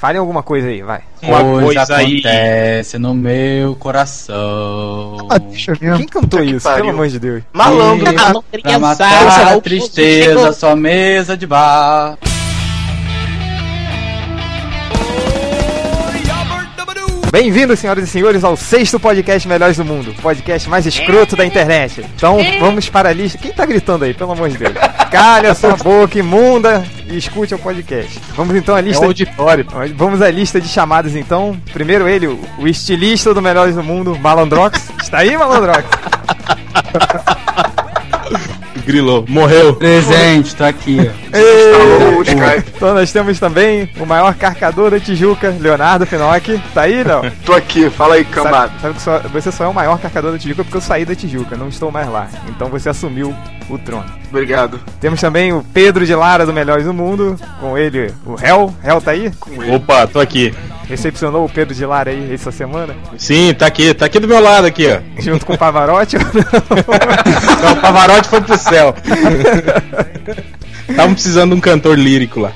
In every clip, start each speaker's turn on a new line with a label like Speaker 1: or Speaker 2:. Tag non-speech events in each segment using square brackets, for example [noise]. Speaker 1: Falem alguma coisa aí, vai.
Speaker 2: Uma
Speaker 3: Coisa
Speaker 2: coisa aí.
Speaker 3: acontece no meu coração.
Speaker 4: Ah, deixa eu ver.
Speaker 1: Quem cantou
Speaker 5: que
Speaker 1: isso?
Speaker 5: pariu.
Speaker 1: Pelo amor de Deus.
Speaker 5: Malandro.
Speaker 3: Ah,
Speaker 2: não
Speaker 3: Pra matar a tristeza, sua mesa de bar.
Speaker 1: Bem-vindos, senhoras e senhores, ao sexto podcast Melhores do Mundo. Podcast mais escroto da internet. Então, vamos para a lista. Quem tá gritando aí, pelo amor de Deus? Calha sua boca imunda e escute o podcast. Vamos então à
Speaker 4: É
Speaker 1: lista.
Speaker 4: o auditório.
Speaker 1: Vamos à lista de chamadas então. Primeiro ele, o o estilista do Melhores do Mundo, Malandrox. Está aí,
Speaker 4: [laughs]
Speaker 1: Malandrox?
Speaker 2: Grilou. Morreu.
Speaker 3: Presente, tá aqui. ó.
Speaker 5: Alô, Skype.
Speaker 1: Então nós temos também o maior carcador da Tijuca, Leonardo Finocchi. Tá aí, Léo?
Speaker 5: Tô aqui, fala aí, cambada.
Speaker 1: Sabe, sabe que só- você só é o maior carcador da Tijuca porque eu saí da Tijuca, não estou mais lá. Então você assumiu o trono.
Speaker 5: Obrigado.
Speaker 1: Temos também o Pedro de Lara do Melhores do Mundo, com ele o Hel. Hel tá aí?
Speaker 2: Opa, tô aqui.
Speaker 1: Recepcionou o Pedro de Lara aí essa semana,
Speaker 2: Sim, tá aqui, tá aqui do meu lado aqui, ó.
Speaker 1: junto com o Pavarotti. [laughs]
Speaker 2: Não, o Pavarotti foi pro céu. Estavam precisando de um cantor lírico lá.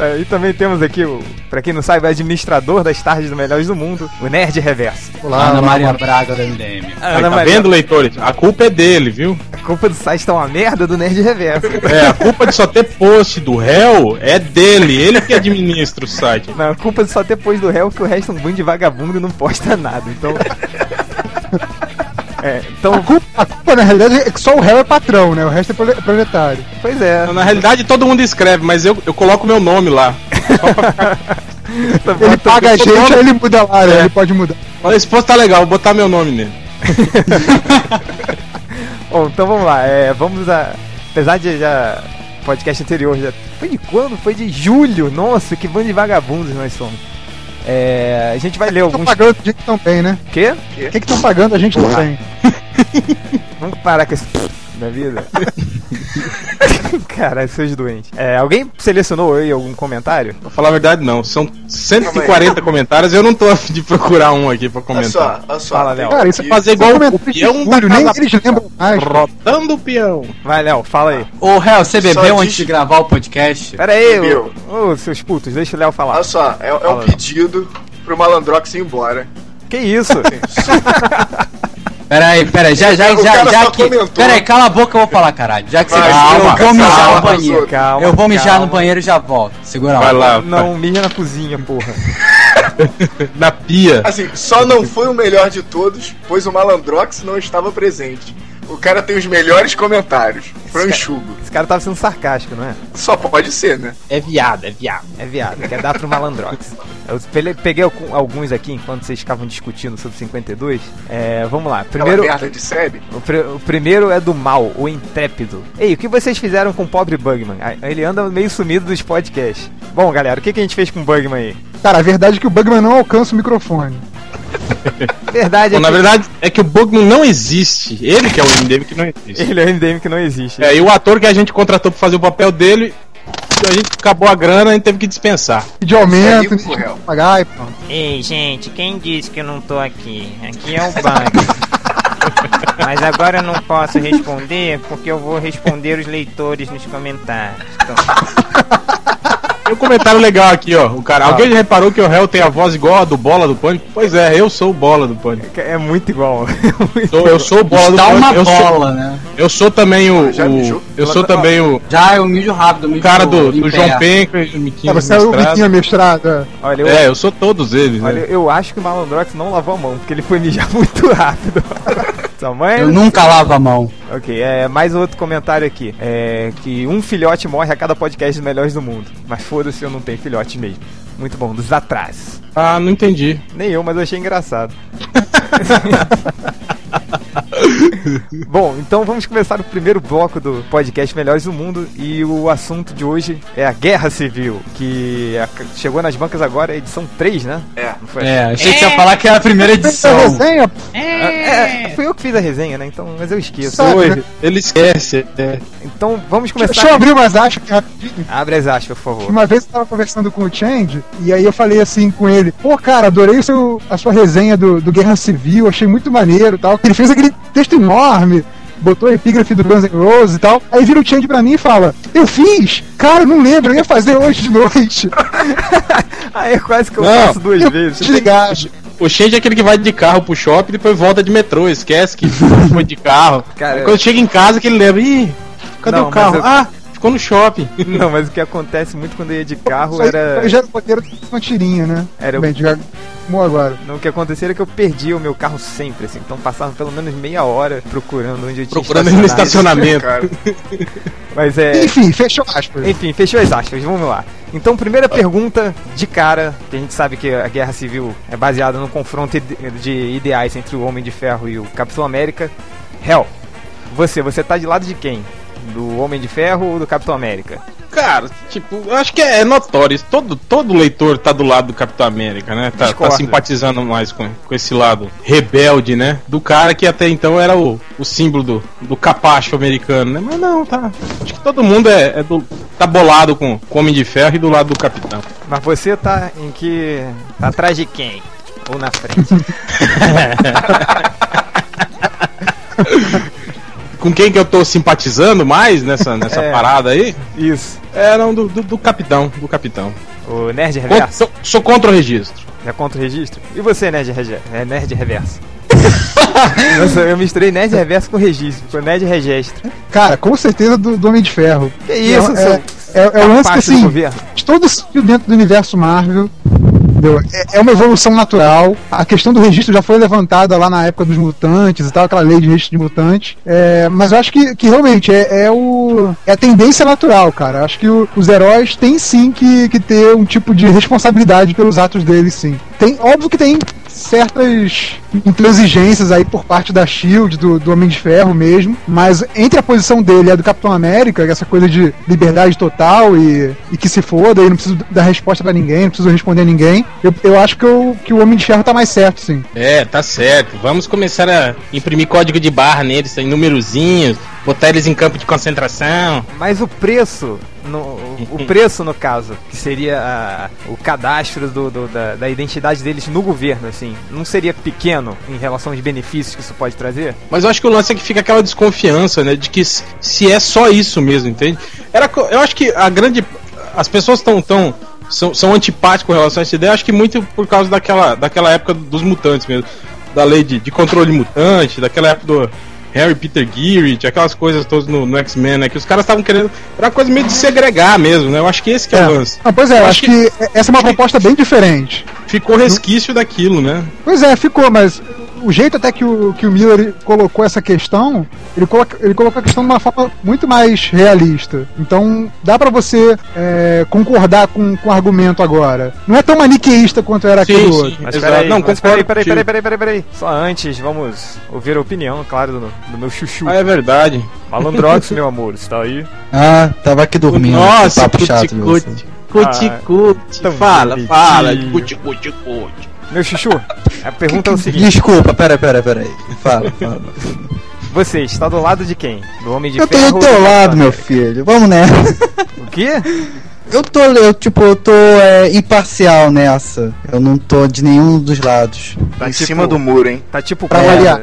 Speaker 1: É, E também temos aqui o, pra quem não sabe, o administrador das tardes do Melhores do Mundo, o Nerd Reverso.
Speaker 3: Ana Maria Braga da MDM.
Speaker 2: Aí, tá vendo, leitores? A culpa é dele, viu?
Speaker 1: A culpa do site tá uma merda do Nerd Reverso.
Speaker 2: É, a culpa de só ter post do réu é dele. Ele que administra o site.
Speaker 1: Não, a culpa de só ter pôs do réu que o resto é um bando de vagabundo e não posta nada. Então. É,
Speaker 4: A
Speaker 1: então,
Speaker 4: culpa, a culpa, na realidade, é que só o réu é patrão, né? O resto é prole- proletário.
Speaker 1: pois é.
Speaker 2: Na realidade, todo mundo escreve, mas eu, eu coloco meu nome lá.
Speaker 1: Tá bom,
Speaker 4: Ele
Speaker 1: então,
Speaker 4: paga a
Speaker 2: todo
Speaker 4: gente,
Speaker 2: mundo-
Speaker 4: ele muda lá, né?
Speaker 2: É.
Speaker 4: Ele pode mudar.
Speaker 2: Fala, esse post tá legal, vou botar meu nome nele.
Speaker 1: bom, então vamos lá. é, vamos a. Apesar de já. Podcast anterior já. Foi de quando? Foi de julho. Nossa, que bando de vagabundos nós somos. É, a gente vai ler
Speaker 4: Estão
Speaker 1: alguns.
Speaker 4: pagando a gente também, né?
Speaker 1: Quê?
Speaker 4: O que estão pagando a gente também?
Speaker 1: Vamos parar com esse [laughs] da vida. Cara, seus doentes. É, alguém selecionou aí algum comentário?
Speaker 2: Pra falar a verdade, não. São 140 comentários. Eu não tô [laughs] a fim de procurar um aqui pra
Speaker 5: Olha só,
Speaker 2: comentar.
Speaker 5: olha só.
Speaker 1: Fala, Léo.
Speaker 4: Cara, isso
Speaker 5: Tem-
Speaker 4: é
Speaker 2: Fazer igual o
Speaker 4: comentário de
Speaker 2: peão da
Speaker 4: orgulho, nem
Speaker 2: casa
Speaker 4: eles lembram mais.
Speaker 2: Rotando o peão.
Speaker 1: Vai, Léo, fala aí.
Speaker 3: Ô, Réu, você
Speaker 5: Só
Speaker 3: bebeu
Speaker 5: diz- É.
Speaker 3: antes de gravar o podcast?
Speaker 1: Pera aí, ô,
Speaker 5: Meu.
Speaker 1: ô, seus putos, deixa o Léo falar.
Speaker 5: Olha só, é, é um
Speaker 1: Fala.
Speaker 5: pedido pro Malandrox ir embora.
Speaker 1: Que isso?
Speaker 3: Pera aí, pera aí, já, já,
Speaker 5: É, O cara
Speaker 3: já,
Speaker 5: só
Speaker 3: já que...
Speaker 5: comentou.
Speaker 3: Pera aí, cala a boca, eu vou falar, caralho. Já que você...
Speaker 5: Vai,
Speaker 3: Calma,
Speaker 5: calma,
Speaker 3: eu vou mijar
Speaker 5: calma,
Speaker 3: no banheiro.
Speaker 1: calma,
Speaker 3: eu vou mijar
Speaker 1: calma.
Speaker 3: no banheiro e já volto. Segura
Speaker 2: Vai
Speaker 3: lá.
Speaker 2: lá,
Speaker 1: Não, mija na cozinha, porra.
Speaker 2: [laughs] na pia.
Speaker 5: Assim, só não foi o melhor de todos, pois o Malandrox não estava presente. O cara tem os melhores comentários. Foi um enxugo.
Speaker 1: Esse cara tava sendo sarcástico, não é?
Speaker 5: Só pode ser, né?
Speaker 2: É viado, é viado.
Speaker 1: É viado, quer dar pro malandrox. Eu pele- peguei algu- alguns aqui enquanto vocês ficavam discutindo sobre 52. É, vamos lá.
Speaker 5: Aquela
Speaker 1: Primeiro,
Speaker 5: merda de série.
Speaker 1: O, pr- o primeiro é do mal, o intrépido. Ei, o que vocês fizeram com o pobre Bugman? Ah, Ele anda meio sumido dos podcasts. Bom, galera, o que, que a gente fez com o Bugman aí?
Speaker 4: Cara, a verdade é que o Bugman não alcança o microfone.
Speaker 1: Verdade é
Speaker 2: Bom, na
Speaker 1: que
Speaker 2: verdade, é que o Bugman não existe. Ele que é o MDM que não existe.
Speaker 1: ele é um MDM que não existe.
Speaker 2: É, e o ator que a gente contratou pra fazer o papel dele, a gente acabou a grana e teve que dispensar.
Speaker 4: E de
Speaker 5: Isso
Speaker 4: aumento,
Speaker 5: é
Speaker 4: né?
Speaker 5: nível real.
Speaker 4: pagar e pronto.
Speaker 6: Ei, gente, quem disse que eu não tô aqui? Aqui é o
Speaker 1: [laughs]
Speaker 6: banco. Mas agora eu não posso responder porque eu vou responder os leitores nos comentários. Então,
Speaker 2: Tem um comentário [laughs] legal aqui, ó. O cara, alguém já reparou que o réu tem a voz igual a do Bola do Pânico? Pois é, eu sou o Bola do Pânico.
Speaker 1: É muito igual.
Speaker 2: Sou- eu sou o Bola do
Speaker 3: Dá uma
Speaker 2: Pânico. Eu sou,
Speaker 3: bola, né?
Speaker 2: eu sou também o,
Speaker 5: Já mijou?
Speaker 2: o- Eu sou também o
Speaker 3: Já eu mijo rápido, eu mijo
Speaker 2: cara do,
Speaker 3: em
Speaker 2: do
Speaker 3: pé.
Speaker 2: João Penca e o Miquinho
Speaker 4: Ah, você é o
Speaker 2: Mestrado.
Speaker 4: Vitinho mestrado.
Speaker 1: [laughs] Olha, eu,
Speaker 2: É, eu sou todos eles,
Speaker 1: olha,
Speaker 2: né?
Speaker 1: eu acho que o Malandrox não lavou a mão, porque ele foi mijar [laughs] muito rápido. Sua mãe?
Speaker 3: Eu nunca lavo a mão.
Speaker 1: Ok, é, mais outro comentário aqui. É que um filhote morre a cada podcast dos melhores do mundo. Mas foda-se, eu não tenho filhote mesmo. Muito bom, dos atrasos.
Speaker 2: Ah, não entendi.
Speaker 1: Nem eu, mas eu achei engraçado. Bom, então vamos começar o primeiro bloco do podcast Melhores do Mundo e o assunto de hoje é a Guerra Civil, que ac- chegou nas bancas agora, edição 3, né?
Speaker 5: É.
Speaker 1: Não foi?
Speaker 3: É, achei que você ia falar que era a primeira
Speaker 4: Essa
Speaker 3: edição.
Speaker 4: resenha,
Speaker 1: É, é, Fui eu que fiz a resenha, né? Então, mas eu esqueço.
Speaker 4: Sabe,
Speaker 2: Oi,
Speaker 4: né?
Speaker 2: ele esquece. é.
Speaker 1: Então vamos
Speaker 4: deixa eu
Speaker 1: começar.
Speaker 4: abrir umas aspas aqui rapidinho.
Speaker 1: Abre as aspas, por favor.
Speaker 4: Uma vez eu tava conversando com o Change, e aí eu falei assim com ele, pô, cara, adorei o seu, a sua resenha do, do Guerra Civil, achei muito maneiro e tal. Ele fez aquele texto enorme. botou a epígrafe do Guns N' Roses e tal. Aí vira o Change pra mim e fala: Eu fiz? Cara, eu não lembro, eu ia fazer hoje
Speaker 1: [laughs]
Speaker 4: de noite.
Speaker 1: Aí é quase que eu
Speaker 2: Não.
Speaker 1: faço duas
Speaker 4: Eu
Speaker 1: vezes.
Speaker 4: desligar.
Speaker 2: O Change é aquele que vai de carro pro shopping e depois volta de metrô, esquece que [laughs] foi de carro.
Speaker 1: Cara,
Speaker 2: Aí quando chega em casa que ele lembra, ih, cadê
Speaker 1: Não,
Speaker 2: o carro?
Speaker 1: mas eu-
Speaker 2: Ah, ficou no shopping.
Speaker 1: Não, mas o que acontece muito quando eu ia de carro
Speaker 4: Isso aí-
Speaker 1: era.
Speaker 4: Eu já era o roteiro de uma tirinha, né?
Speaker 1: Era o-
Speaker 4: Bem, já... Vamos agora.
Speaker 1: Não, o que acontecia era que eu perdia o meu carro sempre, assim. Então passava pelo menos meia hora procurando onde eu tinha
Speaker 2: Procurando ele no
Speaker 1: assim.
Speaker 2: estacionamento.
Speaker 5: Cara,
Speaker 1: [laughs] Mas é.
Speaker 4: Enfim, fechou aspas.
Speaker 1: Enfim, fechou as aspas, vamos lá. Então, primeira pergunta de cara, que a gente sabe que a guerra civil é baseada no confronto ide- de ideais entre o Homem de Ferro e o Capitão América. Hell, você, você tá de lado de quem? Do Homem de Ferro ou do Capitão América?
Speaker 2: Cara, tipo, eu acho que é, é notório. isso. Todo, todo leitor tá do lado do Capitão América, né? Tá, tá
Speaker 1: Discordo.
Speaker 2: simpatizando mais com, com esse lado rebelde, né? Do cara que até então era o, o símbolo do, do capacho americano, né? Mas não, tá. Acho que todo mundo é, é do, tá bolado com com o Homem de Ferro e do lado do Capitão.
Speaker 1: Mas você tá em que. tá atrás de quem? Ou na frente? [laughs]
Speaker 2: Com quem que eu tô simpatizando mais [laughs] nessa, nessa
Speaker 1: É.
Speaker 2: parada aí?
Speaker 1: Isso.
Speaker 2: É, não, do, do, do Capitão, do Capitão.
Speaker 1: O Nerd
Speaker 2: Contra-
Speaker 1: Reverso?
Speaker 2: sou, sou contra o registro.
Speaker 1: É contra o registro? E você, Nerd, Rege- é nerd
Speaker 2: [laughs]
Speaker 1: Reverso? Nossa, eu misturei Nerd Reverso com registro, com Nerd Registro.
Speaker 4: Cara, com certeza do, do Homem de Ferro.
Speaker 1: Que isso,
Speaker 4: é,
Speaker 1: seu.
Speaker 4: é, é, é o lance que
Speaker 1: parte do
Speaker 4: assim,
Speaker 1: governo.
Speaker 4: de todo sentido dentro do universo Marvel. entendeu? É- É uma evolução natural. A questão do registro já foi levantada lá na época dos mutantes e tal, aquela lei de registro de mutantes. É, mas eu acho que, que realmente é, é o, é a tendência natural, cara. Eu Acho que o- os heróis têm sim que, que ter um tipo de responsabilidade pelos atos deles, sim. Tem, óbvio que tem certas intransigências aí por parte da Shield, do, do Homem de Ferro mesmo, mas entre a posição dele e a do Capitão América, essa coisa de liberdade total e, e que se foda, e não preciso dar resposta pra ninguém, não preciso responder a ninguém, eu, eu acho que, eu, que o Homem de Ferro tá mais certo, sim.
Speaker 2: É, tá certo. Vamos começar a imprimir código de barra neles, em numerozinhos, botar eles em campo de concentração.
Speaker 1: Mas o preço, no, o preço no caso, que seria a- o cadastro do- do- da, da identidade deles no governo, assim, não seria pequeno em relação aos benefícios que isso pode trazer?
Speaker 2: Mas eu acho que o lance é que fica aquela desconfiança, né? De que s- se é só isso mesmo, entende? Era, co- eu acho que a grande. As pessoas estão tão. São, são antipáticas com relação a essa ideia, acho que muito por causa daquela, daquela época dos mutantes mesmo. Da lei de, de controle mutante, daquela época do Harry Peter Geary, aquelas coisas todas no, no X-Men, né? Que os caras estavam querendo. Era uma coisa meio de segregar mesmo, né? Eu acho que esse que é, o lance.
Speaker 4: Ah, pois é, eu
Speaker 2: acho
Speaker 4: acho que essa é uma
Speaker 2: acho que-
Speaker 4: proposta bem diferente.
Speaker 2: Ficou um resquício daquilo, né?
Speaker 4: Pois é, ficou, mas o jeito até que o, que o Miller colocou essa questão, ele, coloca, ele colocou a questão de uma forma muito mais realista. Então, dá pra você é, concordar com, com o argumento agora. Não é tão maniqueísta quanto era
Speaker 2: Sim,
Speaker 4: aquele
Speaker 2: sim.
Speaker 4: outro.
Speaker 1: Mas
Speaker 2: Exato.
Speaker 1: peraí,
Speaker 2: Não,
Speaker 1: mas peraí,
Speaker 2: concordo
Speaker 1: peraí, peraí,
Speaker 2: contigo.
Speaker 1: peraí, peraí, peraí. Só antes, vamos ouvir a opinião, claro, do, do meu chuchu.
Speaker 2: Ah, é verdade.
Speaker 1: Malandrox, meu amor, está aí.
Speaker 7: Ah, tava aqui dormindo.
Speaker 2: Nossa,
Speaker 7: papo chato
Speaker 2: cuti
Speaker 7: de
Speaker 2: cuti.
Speaker 7: você.
Speaker 2: Cuti
Speaker 1: Ah,
Speaker 2: cuti.
Speaker 1: tão
Speaker 2: fala,
Speaker 1: bonitinho.
Speaker 2: fala. Cuti cuti cuti.
Speaker 1: Meu chuchu, a pergunta é o seguinte:
Speaker 7: Desculpa, pera, pera, pera aí. Fala, fala.
Speaker 1: você está do lado de quem? Do homem de
Speaker 7: Eu tô
Speaker 1: ferro?
Speaker 7: do
Speaker 1: ou
Speaker 7: teu
Speaker 1: do
Speaker 7: lado,
Speaker 1: Capitão
Speaker 7: meu
Speaker 1: América?
Speaker 7: filho. Vamos nessa.
Speaker 1: O quê?
Speaker 7: Eu tô, eu, tipo, eu tô é, imparcial nessa. Eu não tô de nenhum dos lados.
Speaker 5: Tá em
Speaker 1: tipo-
Speaker 5: cima do muro, hein?
Speaker 1: Tá tipo
Speaker 7: Pra
Speaker 1: coisa.
Speaker 7: variar.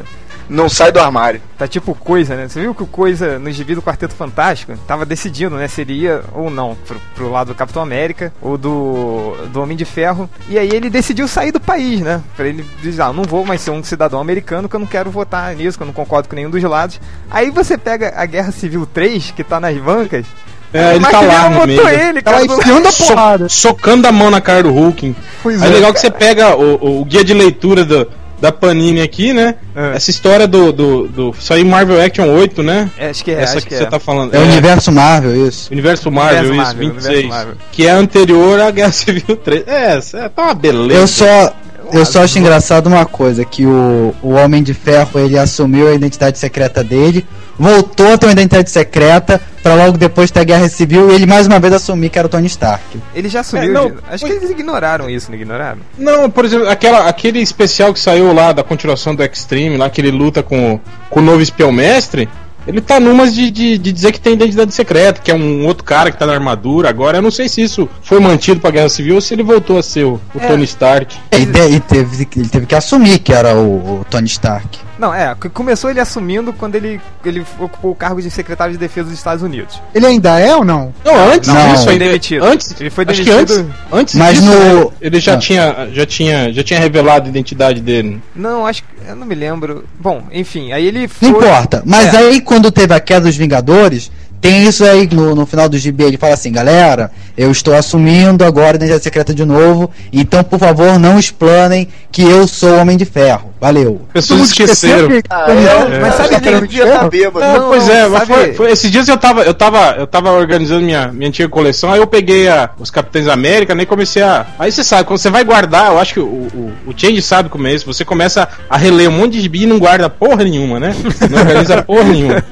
Speaker 5: Não sai do armário.
Speaker 1: Tá tipo coisa, né? Você viu que o coisa no gibi do Quarteto Fantástico tava decidindo, né? Seria ou não pro, pro lado do Capitão América ou do, do Homem de Ferro. E aí ele decidiu sair do país, né? Pra ele dizer, ah, não vou mais ser um cidadão americano que eu não quero votar nisso, que eu não concordo com nenhum dos lados. Aí você pega a Guerra Civil 3, que tá nas bancas.
Speaker 2: É, ele
Speaker 1: mas
Speaker 2: tá
Speaker 1: que
Speaker 2: lá no
Speaker 1: botou
Speaker 2: meio.
Speaker 1: ele,
Speaker 4: Tá lá
Speaker 1: cara. do- [laughs]
Speaker 4: enfiando a
Speaker 2: So-
Speaker 4: porrada.
Speaker 2: socando a mão na cara do Hulk.
Speaker 4: Pois
Speaker 2: Aí é
Speaker 4: é.
Speaker 2: legal que você pega o, o guia de leitura do- da Panini aqui, né?
Speaker 1: É.
Speaker 2: Essa história do, do, do. Isso aí, Marvel Action 8, né?
Speaker 1: É, acho que é,
Speaker 2: Essa
Speaker 1: acho
Speaker 2: que,
Speaker 1: que
Speaker 2: você
Speaker 1: é.
Speaker 2: tá falando.
Speaker 7: É o universo Marvel, isso.
Speaker 2: Universo Marvel,
Speaker 1: Universo Marvel,
Speaker 2: isso,
Speaker 1: Universo
Speaker 2: 26.
Speaker 1: Marvel.
Speaker 2: Que é anterior à Guerra [laughs] Civil 3. É, essa- tá uma beleza.
Speaker 7: Eu só. Eu só
Speaker 1: né?
Speaker 7: acho engraçado uma coisa, que o, o Homem de Ferro, ele assumiu a identidade secreta dele, voltou a ter uma identidade secreta, pra logo depois ter a Guerra Civil, e ele mais uma vez assumir que era o Tony Stark.
Speaker 1: Ele já sumiu.
Speaker 2: É, não,
Speaker 1: de- Acho
Speaker 2: foi-
Speaker 1: que eles ignoraram isso, não ignoraram?
Speaker 2: Não, por exemplo, aquela, aquele especial que saiu lá da continuação do Extreme, lá que ele luta com, o- com o novo espião mestre, ele tá numas de, de, de dizer que tem identidade secreta, que é um outro cara que tá na armadura agora. Eu não sei se isso foi mantido pra Guerra Civil ou se ele voltou a
Speaker 7: É.
Speaker 2: ser o, o Tony Stark.
Speaker 7: E, te- e teve, ele teve que assumir que era o, o Tony Stark.
Speaker 1: Não, é, c- começou ele assumindo quando ele, ele ocupou o cargo de secretário de defesa dos Estados Unidos.
Speaker 4: Ele ainda é ou não?
Speaker 2: Não, antes
Speaker 7: Não.
Speaker 2: disso
Speaker 1: Foi
Speaker 2: ainda.
Speaker 1: demitido.
Speaker 2: Antes,
Speaker 1: Ele foi
Speaker 2: acho
Speaker 1: demitido.
Speaker 2: que antes, antes
Speaker 7: Mas
Speaker 2: disso,
Speaker 7: no-
Speaker 2: né, ele já
Speaker 7: Ah.
Speaker 2: tinha, já tinha, já tinha revelado a identidade dele.
Speaker 1: Não, acho que. Eu não me lembro. Bom, enfim, aí ele foi.
Speaker 7: Não importa. Mas
Speaker 1: É.
Speaker 7: aí, quando teve a queda dos Vingadores, tem isso aí no, no final do GB. Ele fala assim: galera, eu estou assumindo agora a identidade secreta de novo. Então, por favor, não explanem que eu sou o Homem de Ferro. Valeu.
Speaker 2: Pessoas esqueceram.
Speaker 4: Esqueceu que-
Speaker 5: Ah,
Speaker 4: Ele
Speaker 5: é?
Speaker 2: é.
Speaker 5: Mas sabe
Speaker 4: Tá
Speaker 5: que ele
Speaker 4: querendo
Speaker 5: podia
Speaker 4: ferro?
Speaker 5: tá bêbado.
Speaker 1: Não,
Speaker 2: Não, pois é, mas
Speaker 1: sabe-
Speaker 2: foi, foi- esses dias eu tava, eu tava, eu tava organizando minha, minha antiga coleção, aí eu peguei a- os Capitães América, nem comecei a. Aí você sabe, quando você vai guardar, eu acho que o, o, o Change sabe como é isso, você começa a reler um monte de gibi e não guarda porra nenhuma, né? Não organiza porra nenhuma.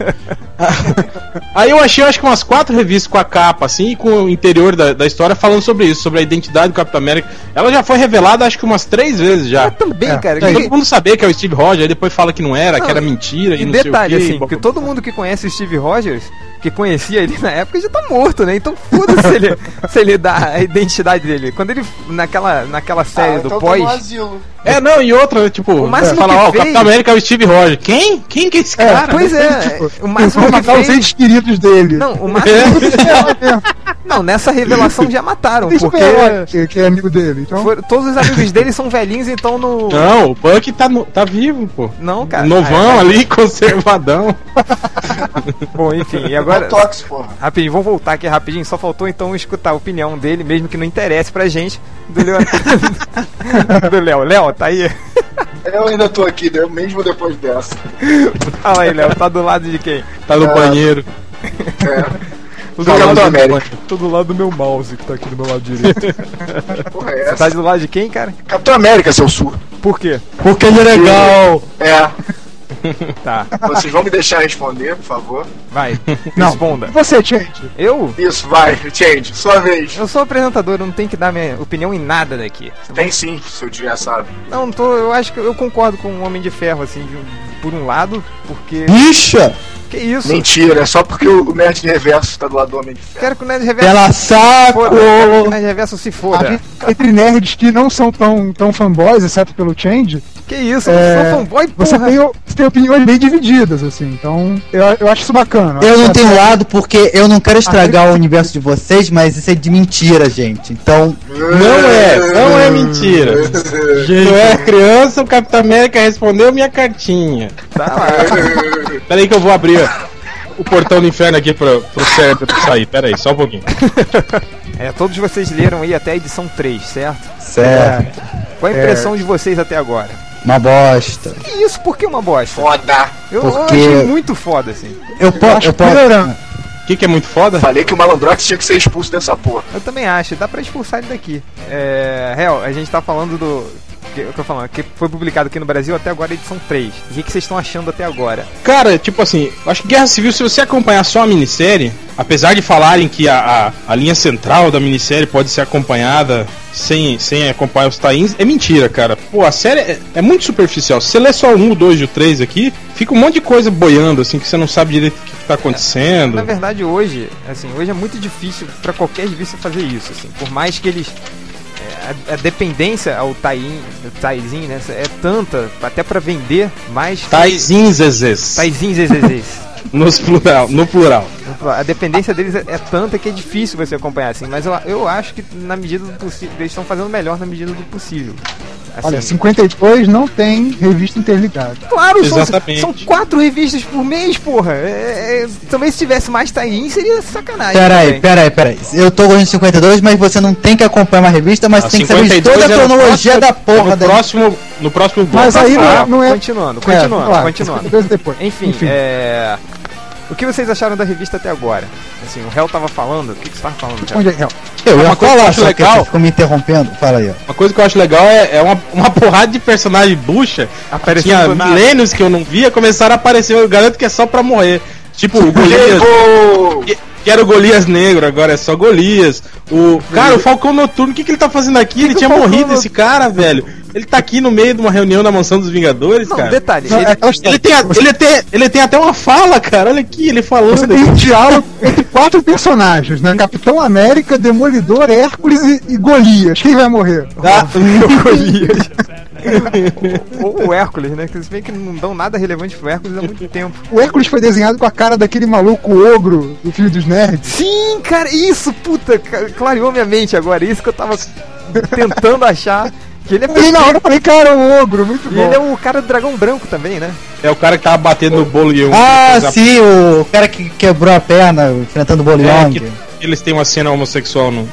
Speaker 2: [laughs] Aí eu achei, acho que umas quatro revistas com a capa, assim, e com o interior da, da história falando sobre isso, sobre a identidade do Capitão América. Ela já foi revelada, acho que umas três vezes já.
Speaker 1: Também,
Speaker 7: É.
Speaker 1: cara. que-
Speaker 2: Todo mundo sabia que é o Steve Rogers, aí depois fala que não era,
Speaker 1: Não,
Speaker 2: que era mentira e,
Speaker 1: E
Speaker 2: não
Speaker 1: detalhe,
Speaker 2: sei o quê,
Speaker 1: assim,
Speaker 2: e blá,
Speaker 1: que
Speaker 2: blá,
Speaker 1: todo mundo que conhece o Steve Rogers, que conhecia ele na época, já tá morto, né? Então foda-se
Speaker 2: [laughs]
Speaker 1: ele, se ele dá a identidade dele. Quando ele, naquela, naquela série do
Speaker 5: então
Speaker 1: pós,
Speaker 5: tem um asilo.
Speaker 2: É, não, e outra, né, tipo,
Speaker 1: O máximo
Speaker 2: fala,
Speaker 1: que
Speaker 2: ó, o
Speaker 1: fez-
Speaker 2: Capitão América é o Steve Rogers. Quem? Quem que é esse cara? [laughs]
Speaker 1: pois é, o
Speaker 4: Eu
Speaker 1: máximo
Speaker 4: vou
Speaker 1: que
Speaker 4: [laughs] matar os
Speaker 1: fez...
Speaker 4: entes queridos dele.
Speaker 1: Não, o máximo
Speaker 2: É.
Speaker 1: Não, nessa revelação já mataram,
Speaker 4: Esse
Speaker 1: porque
Speaker 4: super-herói que, que é amigo dele. Então,
Speaker 1: foram- todos os amigos dele são velhinhos, então no...
Speaker 2: [laughs] Não, o Buck tá, no- tá vivo, pô.
Speaker 1: Não, cara.
Speaker 2: Novão ali, [laughs] conservadão.
Speaker 1: Ah, Bom, enfim, e
Speaker 5: Agora...
Speaker 1: agora...
Speaker 5: Tox, porra.
Speaker 1: Rapidinho, vamos voltar aqui rapidinho. Só faltou então escutar a opinião dele, mesmo que não interesse pra gente, do [laughs] Léo. do Léo. Léo, tá aí?
Speaker 5: Eu ainda tô aqui, né? mesmo depois dessa.
Speaker 1: Fala aí, Léo, tá do lado de quem?
Speaker 2: Tá no banheiro.
Speaker 1: Do
Speaker 5: Falando
Speaker 1: lado
Speaker 5: do
Speaker 1: do-
Speaker 5: América.
Speaker 1: Tô do lado do meu mouse que tá aqui do meu lado direito.
Speaker 5: [laughs] Porra, é
Speaker 1: tá
Speaker 5: essa.
Speaker 1: do lado de quem, cara?
Speaker 5: Capitão América, seu surdo.
Speaker 1: Por quê?
Speaker 7: Porque ele é legal.
Speaker 5: É.
Speaker 1: Tá,
Speaker 5: Vocês vão me deixar responder, por favor?
Speaker 4: [laughs]
Speaker 1: vai.
Speaker 4: Não.
Speaker 1: Responda.
Speaker 4: você, gente.
Speaker 1: Eu?
Speaker 5: Isso, vai, change. Sua vez.
Speaker 1: Eu sou apresentador, eu não tenho que dar minha opinião em nada daqui.
Speaker 5: Tem sim, seu desgraçado.
Speaker 1: Não, tô, eu acho que eu concordo com o Homem de Ferro, assim, de um- por um lado, porque.
Speaker 7: Bicha!
Speaker 1: Que isso?
Speaker 5: Mentira, é só porque o Nerd Reverso tá do lado do Homem de Ferro.
Speaker 1: Quero que o Nerd Reverso.
Speaker 7: Pela saco!
Speaker 1: Foda, quero que o Nerd Reverso se
Speaker 5: É.
Speaker 4: A
Speaker 1: foda.
Speaker 4: gente- Entre nerds que não são tão, tão fanboys, exceto pelo Change,
Speaker 1: Que isso?
Speaker 4: É,
Speaker 1: Eu sou fanboy,
Speaker 4: você
Speaker 1: porra.
Speaker 4: tem, o- você tem opiniões bem divididas, assim. Então, eu, eu acho isso bacana.
Speaker 7: Eu não
Speaker 4: acho
Speaker 7: tenho lado porque eu não quero estragar o universo de vocês, mas isso é de mentira, gente. Então,
Speaker 2: Não é, não é mentira. Eu [laughs] era é criança, o Capitão América respondeu minha cartinha.
Speaker 4: tá
Speaker 2: Pera aí que eu vou abrir o portão do inferno aqui pro, pro cérebro sair. Pera aí, só um pouquinho.
Speaker 1: É, todos vocês leram aí até a edição 3, certo?
Speaker 4: É.
Speaker 1: É.
Speaker 7: certo.
Speaker 1: Qual a impressão de vocês até agora?
Speaker 7: é Uma bosta.
Speaker 1: Que isso? Por que uma bosta?
Speaker 5: Foda.
Speaker 1: Eu, eu
Speaker 7: Porque-
Speaker 1: achei muito foda, assim.
Speaker 7: Eu posso. Eu posso.
Speaker 4: melhorando.
Speaker 2: O que, que é muito
Speaker 5: [laughs]
Speaker 2: foda?
Speaker 5: Falei que o Malandrox tinha que ser expulso dessa porra.
Speaker 1: Eu também acho, dá pra expulsar ele daqui. É. Real, a gente tá falando do. Que, eu tô falando, que foi publicado aqui no Brasil até agora a edição 3. E o que que vocês estão achando até agora?
Speaker 2: Cara, tipo assim, eu acho que Guerra Civil, se você acompanhar só a minissérie, apesar de falarem que a, a, a linha central da minissérie pode ser acompanhada sem, sem acompanhar os tains, é mentira, cara. Pô, a série é, é muito superficial. Se você lê só o 1, o 2 e o 3 aqui, fica um monte de coisa boiando, assim, que você não sabe direito o que, que tá acontecendo.
Speaker 1: Na verdade, hoje, assim, hoje é muito difícil pra qualquer revista fazer isso, assim. Por mais que eles. é, A, a dependência ao Taiin, Taizin, né? É tanta, até pra vender, mas.
Speaker 2: Taizinhos, Zezés,
Speaker 1: Taizin, [laughs] zezezez.
Speaker 2: nos plural, no plural.
Speaker 1: A dependência deles é, é tanta que é difícil você acompanhar, assim. Mas eu, eu acho que, na medida do possível, eles estão fazendo melhor na medida do possível. Assim,
Speaker 4: Olha, 52 não tem revista interligada.
Speaker 1: Claro, são,
Speaker 2: Exatamente.
Speaker 1: são quatro revistas por mês, porra. É, é, também se tivesse mais tie-in seria sacanagem.
Speaker 7: Peraí,
Speaker 1: também.
Speaker 7: peraí, peraí. Eu tô com 52, mas você não tem que acompanhar uma revista, mas
Speaker 2: A
Speaker 7: tem que saber de
Speaker 2: 52
Speaker 7: toda a
Speaker 2: era
Speaker 7: cronologia
Speaker 2: próximo-
Speaker 7: da porra
Speaker 2: no
Speaker 7: da
Speaker 2: próximo, no próximo bloco.
Speaker 4: Mas aí não, é- não é.
Speaker 1: Ah, Continuando, continuando,
Speaker 4: claro,
Speaker 1: continuando.
Speaker 4: [laughs] 52 depois.
Speaker 1: Enfim, é. O que vocês acharam da revista até agora? Assim, o réu tava falando. O que, que você tava falando, Hel?
Speaker 4: Onde é? Hel?
Speaker 7: Eu
Speaker 2: Uma coisa
Speaker 7: ia
Speaker 2: que eu
Speaker 7: falar,
Speaker 2: acho
Speaker 7: só que
Speaker 2: legal-
Speaker 7: você ficou me interrompendo. Fala aí, ó.
Speaker 2: Uma coisa que eu acho legal é, é uma, uma porrada de personagem bucha.
Speaker 1: Aparecendo
Speaker 2: Tinha
Speaker 1: do nada.
Speaker 2: milênios que eu não via, começaram a aparecer. Eu garanto que é só pra morrer. Tipo, o Golias.
Speaker 5: Chegou!
Speaker 2: que- Que era o Golias negro, agora é só Golias. O cara, o Falcão Noturno, o que, que ele tá fazendo aqui? Ele tinha morrido esse cara, velho. Ele tá aqui no meio de uma reunião na mansão dos Vingadores,
Speaker 1: Não,
Speaker 2: cara.
Speaker 1: detalhe.
Speaker 4: Não,
Speaker 1: ele-
Speaker 4: é aquela história.
Speaker 2: Ele tem, a- ele, tem, ele tem até uma fala, cara. Olha aqui, ele
Speaker 4: Você
Speaker 2: falando.
Speaker 4: tem um diálogo entre quatro personagens, né? Capitão América, Demolidor, Hércules e, e Golias. Quem vai morrer?
Speaker 2: Tá?
Speaker 1: Ou o Hércules, né? Que se bem que não dão nada relevante pro Hércules há muito tempo.
Speaker 4: O Hércules foi desenhado com a cara daquele maluco ogro do filho dos nerds.
Speaker 1: Sim, cara, isso, puta, ca- clareou minha mente agora. Isso que eu tava tentando achar. Que ele é
Speaker 4: E na hora eu falei, cara, é um ogro, muito
Speaker 1: E
Speaker 4: bom.
Speaker 1: ele é o cara do dragão branco também, né?
Speaker 2: É o cara que tava batendo no bolo e um.
Speaker 7: Ah,
Speaker 2: coisa-
Speaker 7: sim, o cara que quebrou a perna enfrentando o
Speaker 2: É,
Speaker 7: Boliong.
Speaker 2: que eles têm uma cena homossexual no,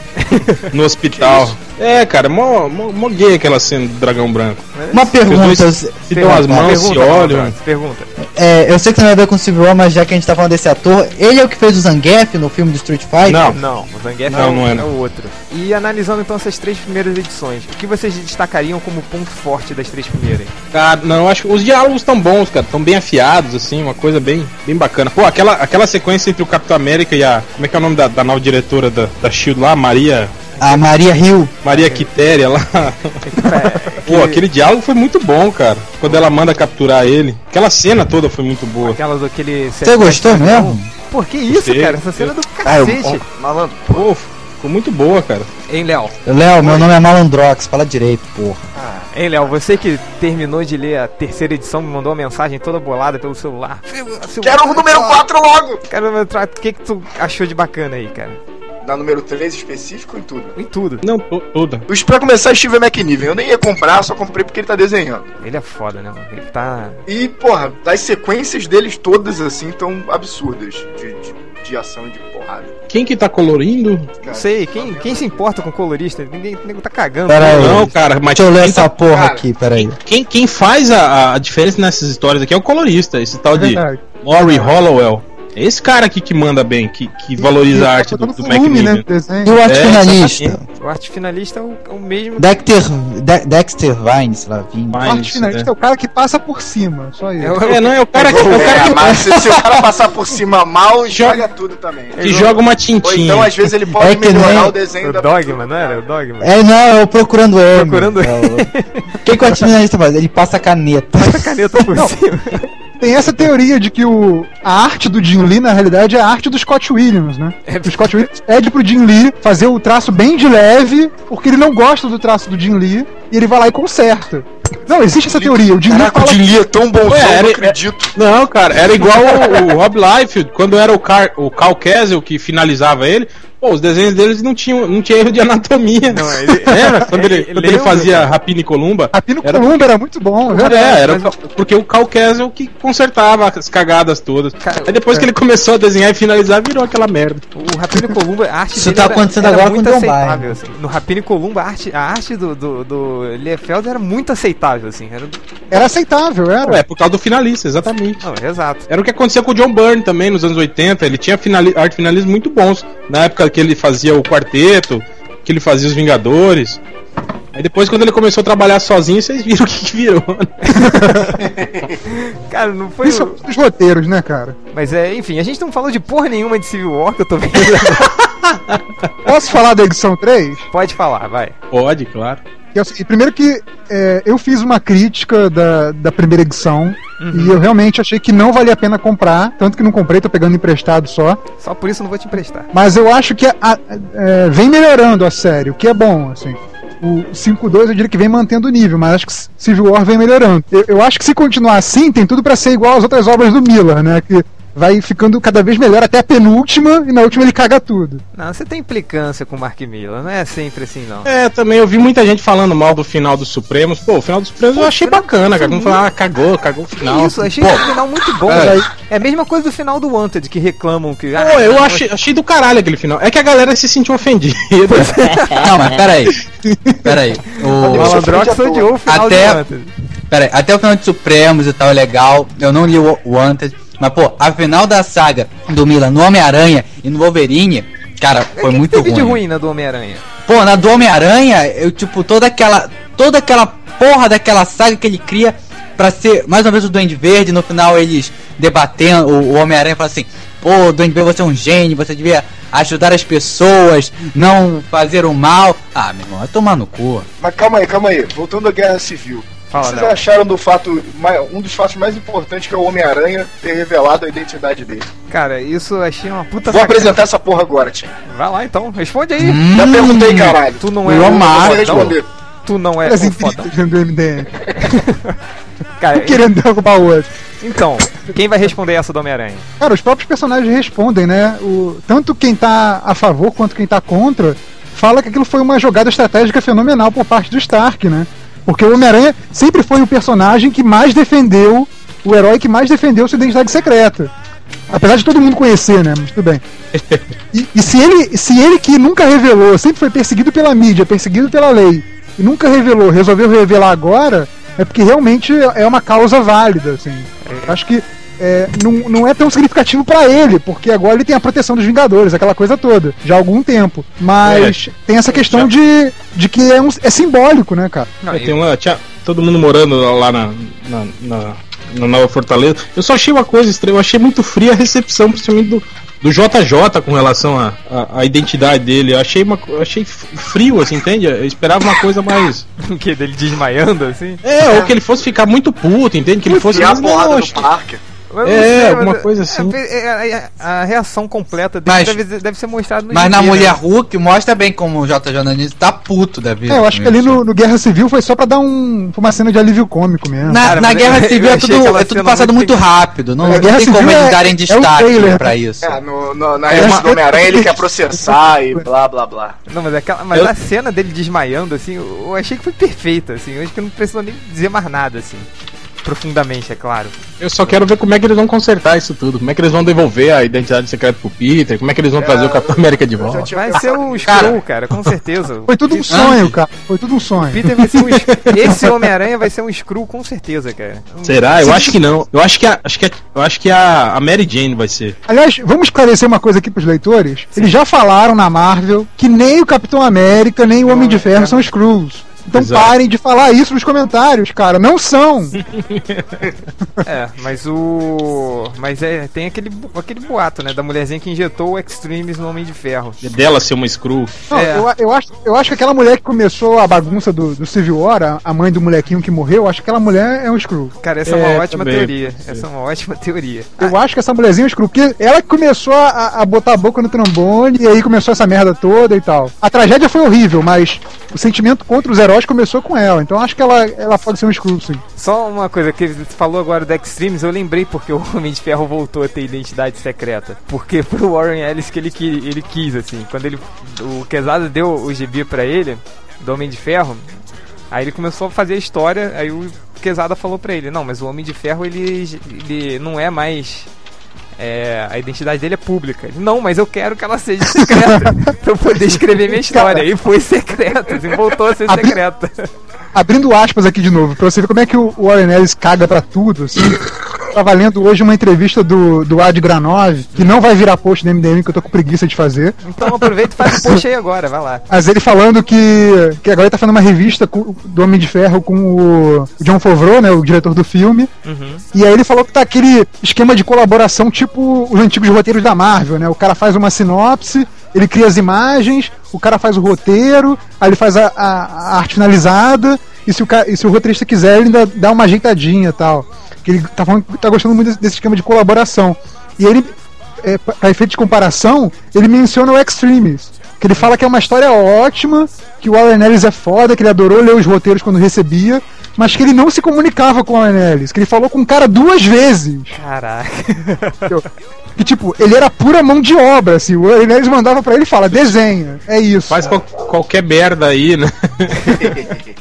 Speaker 2: no hospital. É, cara, mó, mó, mó gay aquela cena do dragão branco.
Speaker 7: Uma
Speaker 2: Os
Speaker 7: pergunta.
Speaker 2: dois
Speaker 7: se-
Speaker 2: Se dão Então, as mãos, se olham.
Speaker 1: Pergunta, pergunta.
Speaker 7: é, eu sei que não tem nada a ver com o Civil War, mas já que a gente tá falando desse ator, ele é o que fez o Zangief no filme do Street Fighter?
Speaker 2: Não,
Speaker 1: Não, o Zangief
Speaker 2: Não,
Speaker 1: é, o,
Speaker 2: não é, não.
Speaker 1: é o outro. E analisando então essas três primeiras edições, o que vocês destacariam como ponto forte das três [laughs] primeiras?
Speaker 2: cara, não, acho que os diálogos estão bons, cara. Estão bem afiados, assim, uma coisa bem, bem bacana. Pô, aquela, aquela sequência entre o Capitão América e a. Como é que é o nome da, da nova diretora da, da Shield lá? Maria.
Speaker 7: A Maria Hill.
Speaker 2: Maria Quitéria lá.
Speaker 1: É,
Speaker 2: Pô, aquele diálogo foi muito bom, cara. Quando ela manda capturar ele. Aquela cena toda foi muito boa.
Speaker 1: Aquela do aquele.
Speaker 7: Você gostou mesmo?
Speaker 1: Por que isso,
Speaker 2: Gostei.
Speaker 1: cara? Essa cena é do
Speaker 7: Ah, eu-
Speaker 1: cacete. Malandro.
Speaker 2: Pô, ficou muito boa, cara.
Speaker 1: Hein, Léo?
Speaker 7: Léo, meu nome é Malandrox, fala direito, porra.
Speaker 1: Hein, Léo, você que terminou de ler a terceira edição, me mandou uma mensagem toda bolada pelo celular. [laughs]
Speaker 5: Quero o número 4 logo!
Speaker 1: Cara, meu tra- o que que tu achou de bacana aí, cara?
Speaker 5: Na número 3 específico e tudo.
Speaker 1: Em tudo.
Speaker 2: Não, to- toda.
Speaker 5: Os pra começar, Steve McNiven. Eu nem ia comprar, só comprei porque ele tá desenhando.
Speaker 1: Ele é foda, né, mano? Ele tá.
Speaker 5: E, porra, das sequências deles todas, assim, tão absurdas. De, de, de ação e de porrada.
Speaker 2: Quem que tá colorindo?
Speaker 1: Não sei, quem, quem se importa com colorista? Ninguém nego tá cagando.
Speaker 7: Pera aí.
Speaker 2: Não, cara, mas é,
Speaker 7: Deixa eu ler
Speaker 2: quem,
Speaker 7: essa
Speaker 2: tá-
Speaker 7: porra
Speaker 5: cara.
Speaker 7: aqui, peraí.
Speaker 2: quem, quem faz a, a diferença nessas histórias aqui é o colorista, esse tal
Speaker 4: É
Speaker 2: de
Speaker 4: verdade.
Speaker 2: Maury Hollowell. É esse cara aqui que manda bem, que, que valoriza a
Speaker 4: Ele
Speaker 2: arte
Speaker 4: tá
Speaker 2: do, do
Speaker 4: botando
Speaker 2: Mac
Speaker 4: volume,
Speaker 2: Miller.
Speaker 4: né, desenho.
Speaker 7: E o arte
Speaker 2: É,
Speaker 7: finalista?
Speaker 2: exatamente.
Speaker 1: O arte finalista é o, é o mesmo.
Speaker 7: Dexter, De- Dexter Vine, sei lá, Vine.
Speaker 4: O
Speaker 2: Mas, né?
Speaker 4: arte finalista é o cara que passa por cima, só isso.
Speaker 1: É o-
Speaker 2: É, não, é o cara que, é o cara
Speaker 5: É,
Speaker 2: que-
Speaker 5: mas se, se o cara passar por cima mal, [laughs] joga tudo também.
Speaker 2: que joga uma tintinha.
Speaker 5: Ou então, às vezes, ele pode
Speaker 7: É que
Speaker 5: melhorar
Speaker 7: nem-
Speaker 5: o desenho
Speaker 1: o
Speaker 5: da
Speaker 1: Dogma, não era? O Dogma.
Speaker 7: É, não, é o Procurando M.
Speaker 1: Procurando
Speaker 7: É [laughs] o- O que, que o arte finalista faz? Ele passa a caneta.
Speaker 1: [laughs] A caneta por cima.
Speaker 4: Tem essa teoria de que o, a arte do Jim Lee, na realidade, é a arte do Scott Williams, né?
Speaker 1: é
Speaker 4: O Scott Williams pede pro Jim Lee fazer o traço bem de leve, porque ele não gosta do traço do Jim Lee, e ele vai lá e conserta. Não, existe essa teoria. O Jim Lee
Speaker 5: Caraca, o
Speaker 4: fala...
Speaker 5: Jim Lee é tão bonzão,
Speaker 2: Ué,
Speaker 5: eu
Speaker 2: era-
Speaker 5: não acredito.
Speaker 2: Não, cara, era igual o, o Rob Liefeld, quando era o, Car, o Carl Kessel que finalizava ele. Pô, os desenhos deles não tinham não tinha erro de anatomia.
Speaker 1: Não, ele-
Speaker 2: [laughs] era quando ele,
Speaker 1: ele-
Speaker 2: quando ele
Speaker 1: lembra,
Speaker 2: fazia
Speaker 1: cara.
Speaker 2: Rapina e Columba.
Speaker 4: A Pino
Speaker 2: Era-
Speaker 4: Columba era muito bom,
Speaker 2: É,
Speaker 4: né?
Speaker 2: era o- porque o Carl Kessel que consertava as cagadas todas.
Speaker 1: Cara, é,
Speaker 2: Aí depois que ele começou a desenhar e finalizar, virou aquela merda.
Speaker 1: O Rapino Columba, a arte
Speaker 7: Isso tá acontecendo agora com
Speaker 1: muito
Speaker 7: o John Byrne.
Speaker 1: aceitável, assim. No Rapino Columba, a arte, a arte do, do, do Liefeld era muito aceitável, assim. Era,
Speaker 4: Era aceitável, era.
Speaker 2: É, por causa do finalista, exatamente.
Speaker 1: não, exato.
Speaker 2: Era o que acontecia com o John Byrne também nos anos 80. Ele tinha finali arte finalistas muito bons. Na época que ele fazia o quarteto, que ele fazia os Vingadores. Aí depois, quando ele começou a trabalhar sozinho, vocês viram o que, que virou. né?
Speaker 1: Cara, não foi.
Speaker 4: Isso
Speaker 1: o-
Speaker 4: os roteiros, né, cara?
Speaker 1: Mas é, enfim, a gente não falou de porra nenhuma de Civil War que eu tô vendo. [laughs]
Speaker 4: Posso falar da edição 3?
Speaker 1: Pode falar, vai.
Speaker 2: Pode, claro.
Speaker 4: Que é o seguinte, primeiro que é, eu fiz uma crítica da, da primeira edição
Speaker 1: Uhum.
Speaker 4: e eu realmente achei que não valia a pena comprar, tanto que não comprei, tô pegando emprestado só.
Speaker 1: Só por isso eu não vou te emprestar.
Speaker 4: Mas eu acho que a- a- é, vem melhorando a série, o que é bom, assim. O 5-2 eu diria que vem mantendo o nível, mas acho que Civil War vem melhorando. Eu, eu acho que se continuar assim, tem tudo pra ser igual às outras obras do Miller, né? Que vai ficando cada vez melhor até a penúltima e na última ele caga tudo.
Speaker 1: Não, você tem implicância com o Mark Miller, não é sempre assim, não.
Speaker 2: É, também eu vi muita gente falando mal do final dos Supremos. Pô, o final dos Supremos eu achei bacana, cara. Não falar, ah, cagou, cagou o final.
Speaker 1: Isso, achei o final muito bom.
Speaker 2: É.
Speaker 1: velho. É a mesma coisa do final do Wanted, que reclamam que. ah,
Speaker 2: Pô, eu achei, achei do caralho aquele final. É que a galera se sentiu [laughs] ofendida.
Speaker 8: Não, mas peraí. Peraí.
Speaker 1: O
Speaker 8: O...
Speaker 1: Malandrox odiou o final
Speaker 8: Até-
Speaker 1: do Wanted.
Speaker 8: Peraí, até o final de Supremos e tal é legal. Eu não li o Wanted. Mas, pô, a final da saga do Mila no Homem-Aranha e no Wolverine, cara, foi
Speaker 1: O que
Speaker 8: muito
Speaker 1: teve de
Speaker 8: ruim.
Speaker 1: ruim na do Homem-Aranha.
Speaker 8: Pô, na do Homem-Aranha, eu, tipo, toda aquela. Toda aquela porra daquela saga que ele cria pra ser mais uma vez o Duende Verde. No final, eles debatendo. O, o Homem-Aranha fala assim: Pô, Duende Verde, você é um gênio, você devia ajudar as pessoas, não fazer o mal. Ah, meu irmão, vai tomar no cu.
Speaker 5: Mas calma aí, calma aí. Voltando à Guerra Civil.
Speaker 1: Fala,
Speaker 5: o que vocês
Speaker 1: Léo.
Speaker 5: acharam do fato, mai- um dos fatos mais importantes que é o Homem-Aranha ter revelado a identidade dele?
Speaker 1: Cara, isso eu achei uma puta
Speaker 5: Vou
Speaker 1: sacanagem.
Speaker 5: apresentar essa porra agora, Tim.
Speaker 2: Hum.
Speaker 1: Vai lá então, responde aí.
Speaker 5: Já perguntei, caralho.
Speaker 1: Tu não
Speaker 8: O
Speaker 1: é
Speaker 5: Não vou
Speaker 8: Omar,
Speaker 5: responder.
Speaker 1: tu não é
Speaker 4: As
Speaker 1: um fodão.
Speaker 4: infinitas do MDM.
Speaker 1: Cara,
Speaker 4: Querendo derrubar o outro.
Speaker 1: então, quem vai responder essa do Homem-Aranha?
Speaker 4: Cara, os próprios personagens respondem, né? O, tanto quem tá a favor quanto quem tá contra fala que aquilo foi uma jogada estratégica fenomenal por parte do Stark, né? Porque o Homem-Aranha sempre foi o personagem que mais defendeu, o herói que mais defendeu sua identidade secreta. Apesar de todo mundo conhecer, né? Mas tudo bem. E, e se, ele, se ele que nunca revelou, sempre foi perseguido pela mídia, perseguido pela lei, e nunca revelou, resolveu revelar agora, é porque realmente é uma causa válida, assim. Acho que é, não, não é tão significativo pra ele, porque agora ele tem a proteção dos Vingadores, aquela coisa toda, já há algum tempo. Mas tem essa questão de, de que é, um, é simbólico, né, cara?
Speaker 1: Não,
Speaker 2: É, tem uma- tinha todo mundo morando lá na, na, na- na Nova Fortaleza. Eu só achei uma coisa estranha, eu achei muito fria a recepção, principalmente do, do JJ com relação à à- à identidade dele. Eu achei, uma, co- eu achei f- frio, assim, entende? Eu esperava uma coisa mais.
Speaker 1: O que? um Dele desmaiando, assim?
Speaker 2: É, ou que ele fosse ficar muito puto, entende? Que ele fosse.
Speaker 5: E a
Speaker 2: mais- não,
Speaker 5: porrada
Speaker 2: acho
Speaker 5: no parque.
Speaker 1: Eu não
Speaker 2: É,
Speaker 1: sei, mas-
Speaker 2: alguma coisa assim.
Speaker 1: é, é, é, a, a reação completa dele
Speaker 8: Mas-
Speaker 1: deve, deve ser mostrada no
Speaker 8: Mas na
Speaker 1: gibi, né?
Speaker 8: Mulher Hulk mostra bem como o J. Jonanis tá puto da vida.
Speaker 4: É, eu acho que
Speaker 8: com
Speaker 4: ali
Speaker 8: isso.
Speaker 4: no, no Guerra Civil foi só pra dar um, uma cena de alívio cômico mesmo.
Speaker 8: Na,
Speaker 1: Cara,
Speaker 8: na
Speaker 1: mas eu-
Speaker 8: Guerra
Speaker 1: eu
Speaker 8: Civil é
Speaker 1: achei
Speaker 8: tudo,
Speaker 1: aquela
Speaker 8: é tudo
Speaker 1: cena
Speaker 8: passado
Speaker 1: muito
Speaker 8: muito rápido. Não,
Speaker 4: Na
Speaker 8: não
Speaker 4: Guerra
Speaker 8: tem como
Speaker 4: Civil
Speaker 8: eles
Speaker 4: é- é
Speaker 8: darem
Speaker 4: o
Speaker 8: destaque
Speaker 4: trailer.
Speaker 8: pra isso.
Speaker 5: É, no, no- na revista
Speaker 4: uma-
Speaker 5: do Homem-Aranha ele quer processar e blá blá blá.
Speaker 1: Não, mas, é aquela, mas
Speaker 2: Eu-
Speaker 1: a cena dele desmaiando, assim, eu eu achei que foi perfeita, assim. Eu acho que não precisou nem dizer mais nada, assim. Profundamente, é claro.
Speaker 2: Eu só quero ver como é que eles vão consertar isso tudo. Como é que eles vão devolver a identidade secreta pro Peter? Como é que eles vão trazer o Capitão América de volta?
Speaker 1: Vai ser um Skrull, cara, com certeza.
Speaker 2: [laughs]
Speaker 4: Foi tudo um sonho, cara. Foi tudo um sonho.
Speaker 1: Peter vai ser um Skrull. Esse Homem-Aranha vai ser um Skrull, com certeza, cara.
Speaker 2: Será? Eu acho que não. Eu acho que a, acho que a, eu acho que a, a Mary Jane vai ser.
Speaker 4: Aliás, vamos esclarecer uma coisa aqui pros leitores. Eles já falaram na Marvel que nem o Capitão América, nem o Homem de Ferro são Skrulls. Então
Speaker 2: Exato.
Speaker 4: parem de falar isso nos comentários, cara. Não são.
Speaker 1: É, mas o. Mas é, tem aquele, bu- aquele boato, né? Da mulherzinha que injetou o Extremes no Homem de Ferro.
Speaker 2: Dela ser uma Screw.
Speaker 4: Não,
Speaker 1: É.
Speaker 4: eu, eu acho, eu acho que aquela mulher que começou a bagunça do, do Civil War, a- a mãe do molequinho que morreu, eu acho que aquela mulher é um Skrull.
Speaker 1: Cara, essa é,
Speaker 2: É,
Speaker 1: uma ótima
Speaker 2: também,
Speaker 1: teoria.
Speaker 2: pode ser.
Speaker 1: Essa é uma ótima teoria.
Speaker 4: Eu acho que essa mulherzinha é um Skrull, porque ela que começou a, a botar a boca no trombone e aí começou essa merda toda e tal. A tragédia foi horrível, mas o sentimento contra os heróis começou com ela. Então eu acho que ela, ela pode ser um Skrull, sim.
Speaker 1: Só uma coisa que ele falou agora do Extremes, eu lembrei porque o Homem de Ferro voltou a ter identidade secreta. Porque foi o Warren Ellis que ele, que, ele quis, assim. Quando ele. O Quesada deu o gibi pra ele, do Homem de Ferro, aí ele começou a fazer a história, aí o Quesada falou pra ele, não, mas o Homem de Ferro ele, ele não é mais. é, a identidade dele é pública. Ele, Não, mas eu quero que ela seja secreta [laughs] pra eu poder escrever minha história. E foi secreta, assim, voltou a ser
Speaker 4: Abri-
Speaker 1: secreta.
Speaker 4: abrindo aspas aqui de novo, pra você ver como é que o Warren Ellis caga pra tudo, assim. Tava lendo hoje uma entrevista do, do Ad Granov, que não vai virar post do MDM, que eu tô com preguiça de fazer,
Speaker 1: Então aproveita e faz o post aí agora, vai lá.
Speaker 4: mas ele falando que, que agora ele tá fazendo uma revista com- do Homem de Ferro com o John Favreau, né, o diretor do filme,
Speaker 5: Uhum.
Speaker 4: e aí ele falou que tá aquele esquema de colaboração tipo os antigos roteiros da Marvel, né? O cara faz uma sinopse, ele cria as imagens, o cara faz o roteiro, aí ele faz a, a- a arte finalizada, e se, o ca- e se o roteirista quiser, ele ainda dá uma ajeitadinha e tal. Que ele tá, falando que tá gostando muito desse, desse esquema de colaboração. E ele, é, pra- pra efeito de comparação, ele menciona o Extremes. Que ele fala que é uma história ótima, que o Warren Ellis é foda, que ele adorou ler os roteiros quando recebia, mas que ele não se comunicava com o Warren Ellis, que ele falou com o cara duas vezes.
Speaker 1: [laughs] Caraca.
Speaker 4: Que tipo, ele era pura mão de obra, assim. O Warren Ellis mandava pra ele e fala: desenha, é isso.
Speaker 2: Faz qual- qualquer merda aí, né?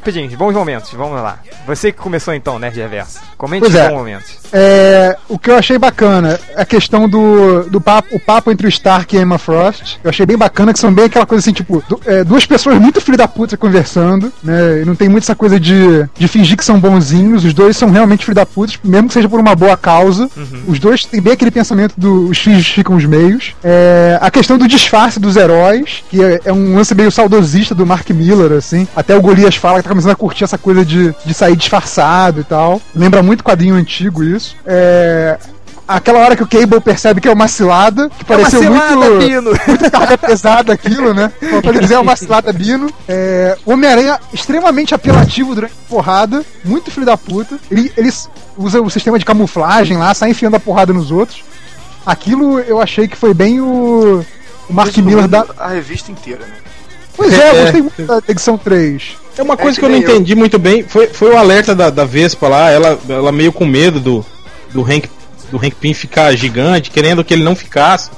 Speaker 1: Pedinhos, Tipo, bons momentos, vamos lá. Você que começou então, Nerd Reverso. Comente
Speaker 4: Pois
Speaker 1: os
Speaker 4: é.
Speaker 1: bons momentos.
Speaker 4: É, o que eu achei bacana é a questão do, do papo, o papo entre o Stark e a Emma Frost. Eu achei bem bacana, que são bem aquela coisa assim, tipo, du- é, duas pessoas muito filho da puta conversando, né? E não tem muito essa coisa de, de fingir que são bonzinhos. Os dois são realmente filho da puta, tipo, mesmo que seja por uma boa causa. Os dois têm bem aquele pensamento do os fins justificam os meios. É, a questão do disfarce dos heróis, que é, é um lance meio saudosista do Mark Miller, assim. Até o Golias fala que tá começando a curtir essa coisa de, de sair disfarçado e tal. Lembra muito quadrinho antigo isso. É, Aquela hora que o Cable percebe que é uma cilada, que pareceu muito [laughs] muito carga pesada aquilo, né? Como ele dizer, é uma cilada Bino. É, Homem-Aranha extremamente apelativo durante a porrada, muito filho da puta. Ele, ele s- usa o sistema de camuflagem lá, sai enfiando a porrada nos outros. Aquilo eu achei que foi bem o, o Mark
Speaker 5: Resumindo
Speaker 4: Miller da.
Speaker 5: A revista inteira, né?
Speaker 4: Pois é, eu gostei muito da edição 3.
Speaker 2: É uma coisa
Speaker 5: que
Speaker 2: que eu não
Speaker 5: nem eu.
Speaker 2: entendi muito bem, foi, foi o alerta da, da Vespa lá, ela, ela meio com medo do, do Hank do Hank Pym ficar gigante, querendo que ele não ficasse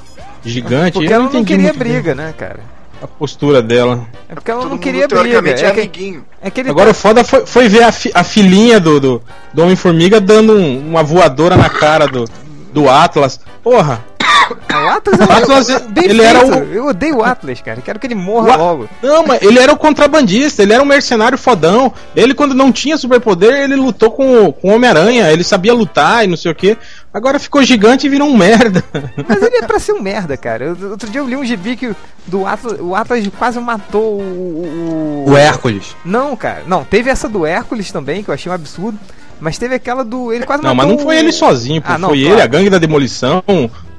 Speaker 2: gigante.
Speaker 1: Porque
Speaker 2: eu
Speaker 1: ela não
Speaker 2: entendi
Speaker 1: queria
Speaker 2: muito bem
Speaker 1: briga, né, cara?
Speaker 2: A postura dela.
Speaker 1: É porque ela
Speaker 5: Todo
Speaker 1: não
Speaker 5: mundo,
Speaker 1: queria briga.
Speaker 5: teoricamente, é
Speaker 1: É que,
Speaker 5: amiguinho.
Speaker 1: é que ele
Speaker 2: Agora o foda foi, foi ver a, fi- a filhinha do, do, do Homem-Formiga dando um- uma voadora na cara do, do Atlas. Porra!
Speaker 1: tá... O Atlas,
Speaker 2: [laughs]
Speaker 1: é um-
Speaker 2: Atlas,
Speaker 1: bem
Speaker 2: ele
Speaker 1: feito.
Speaker 2: era o-
Speaker 1: Eu odeio o Atlas, cara. Quero que ele morra
Speaker 2: Ua-
Speaker 1: logo.
Speaker 2: Não, mas ele era o contrabandista, ele era um mercenário fodão. Ele, quando não tinha superpoder, ele lutou com, o- com o Homem-Aranha, ele sabia lutar e não sei o quê. Agora ficou gigante e virou um merda.
Speaker 1: Mas ele é pra ser um merda, cara. Eu- outro dia eu li um gibi que o- do Atlas, o Atlas quase matou o.
Speaker 8: O Hércules.
Speaker 1: Não, cara. Não, teve essa do Hércules também, que eu achei um absurdo. Mas teve aquela do. Ele quase
Speaker 2: Não,
Speaker 1: matou.
Speaker 2: mas não foi
Speaker 1: o-
Speaker 2: ele sozinho, pô.
Speaker 1: Ah, não,
Speaker 2: foi
Speaker 1: claro.
Speaker 2: ele, a Gangue da Demolição,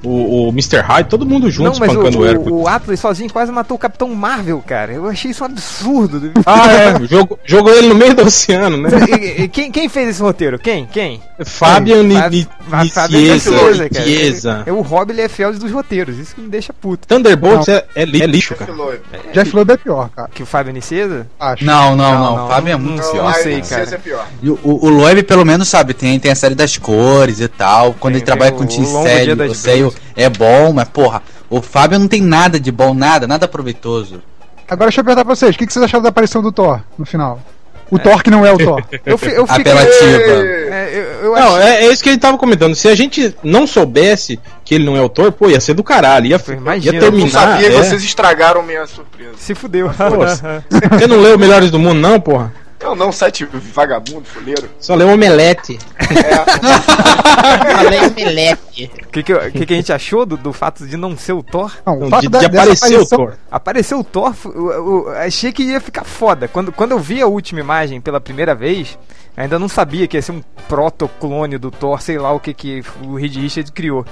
Speaker 2: o, o Mr. Hyde, todo mundo junto
Speaker 1: Não, mas
Speaker 2: espancando
Speaker 1: o,
Speaker 2: o,
Speaker 1: o-
Speaker 2: [laughs] Hércules.
Speaker 1: o Atlas sozinho quase matou o Capitão Marvel, cara. Eu achei isso um absurdo. [laughs]
Speaker 2: Ah, é, jogou, jogou ele no meio do oceano, né?
Speaker 1: E- e- quem, quem fez esse roteiro? Quem? Quem?
Speaker 2: Fabian
Speaker 1: Fa- Fa- Fábio Nicieza, cara.
Speaker 2: Nicieza.
Speaker 1: É, o Rob ele é fiel dos roteiros, isso que me deixa puto.
Speaker 2: Thunderbolts é, é li- é lixo, cara.
Speaker 5: Filou.
Speaker 4: Jeff Loeb é pior, cara.
Speaker 1: Que o Fábio Niceza?
Speaker 4: Acho.
Speaker 8: Não, não, não. O Fábio é muito
Speaker 1: não,
Speaker 8: pior.
Speaker 1: não
Speaker 5: aí
Speaker 1: sei,
Speaker 5: não
Speaker 1: cara.
Speaker 5: se é pior.
Speaker 8: E O, o Loeb, pelo menos, sabe, tem, tem a série das cores e tal. Quando
Speaker 1: Tem,
Speaker 8: ele trabalha
Speaker 1: tem
Speaker 8: com
Speaker 1: o
Speaker 8: time
Speaker 1: Longo Dia
Speaker 8: sério,
Speaker 1: das
Speaker 8: o sério é bom, mas porra, o Fábio não tem nada de bom, nada, nada proveitoso.
Speaker 4: Agora deixa eu perguntar pra vocês, o que que vocês acharam da aparição do Thor no final? O Thor que não é o Thor.
Speaker 1: Eu,
Speaker 2: [laughs]
Speaker 1: fi- eu fiquei.
Speaker 8: Apelativa.
Speaker 1: É, eu, eu acho-
Speaker 2: Não, é, é isso que ele tava comentando. Se a gente não soubesse que ele não é autor, pô, ia ser do caralho. Ia,
Speaker 1: Imagina,
Speaker 2: ia
Speaker 1: eu
Speaker 5: Não
Speaker 2: terminar.
Speaker 5: sabia,
Speaker 2: é.
Speaker 5: vocês estragaram minha surpresa.
Speaker 1: Se fudeu.
Speaker 2: Nossa. Você não leu Melhores do Mundo, não, porra?
Speaker 5: Eu não, site vagabundo, fuleiro.
Speaker 2: Só leu Omelete.
Speaker 1: O [laughs] que, que, eu- que que a gente achou do, do fato de não ser o Thor?
Speaker 4: Não,
Speaker 2: Não, de, de
Speaker 4: dessa
Speaker 2: aparecer o
Speaker 4: aparição-
Speaker 2: Thor.
Speaker 1: Apareceu o Thor, fu- eu, eu- eu achei que ia ficar foda. Quando, quando eu vi a última imagem pela primeira vez, ainda não sabia que ia ser um protoclone do Thor, sei lá o que, que o Reed Richards criou.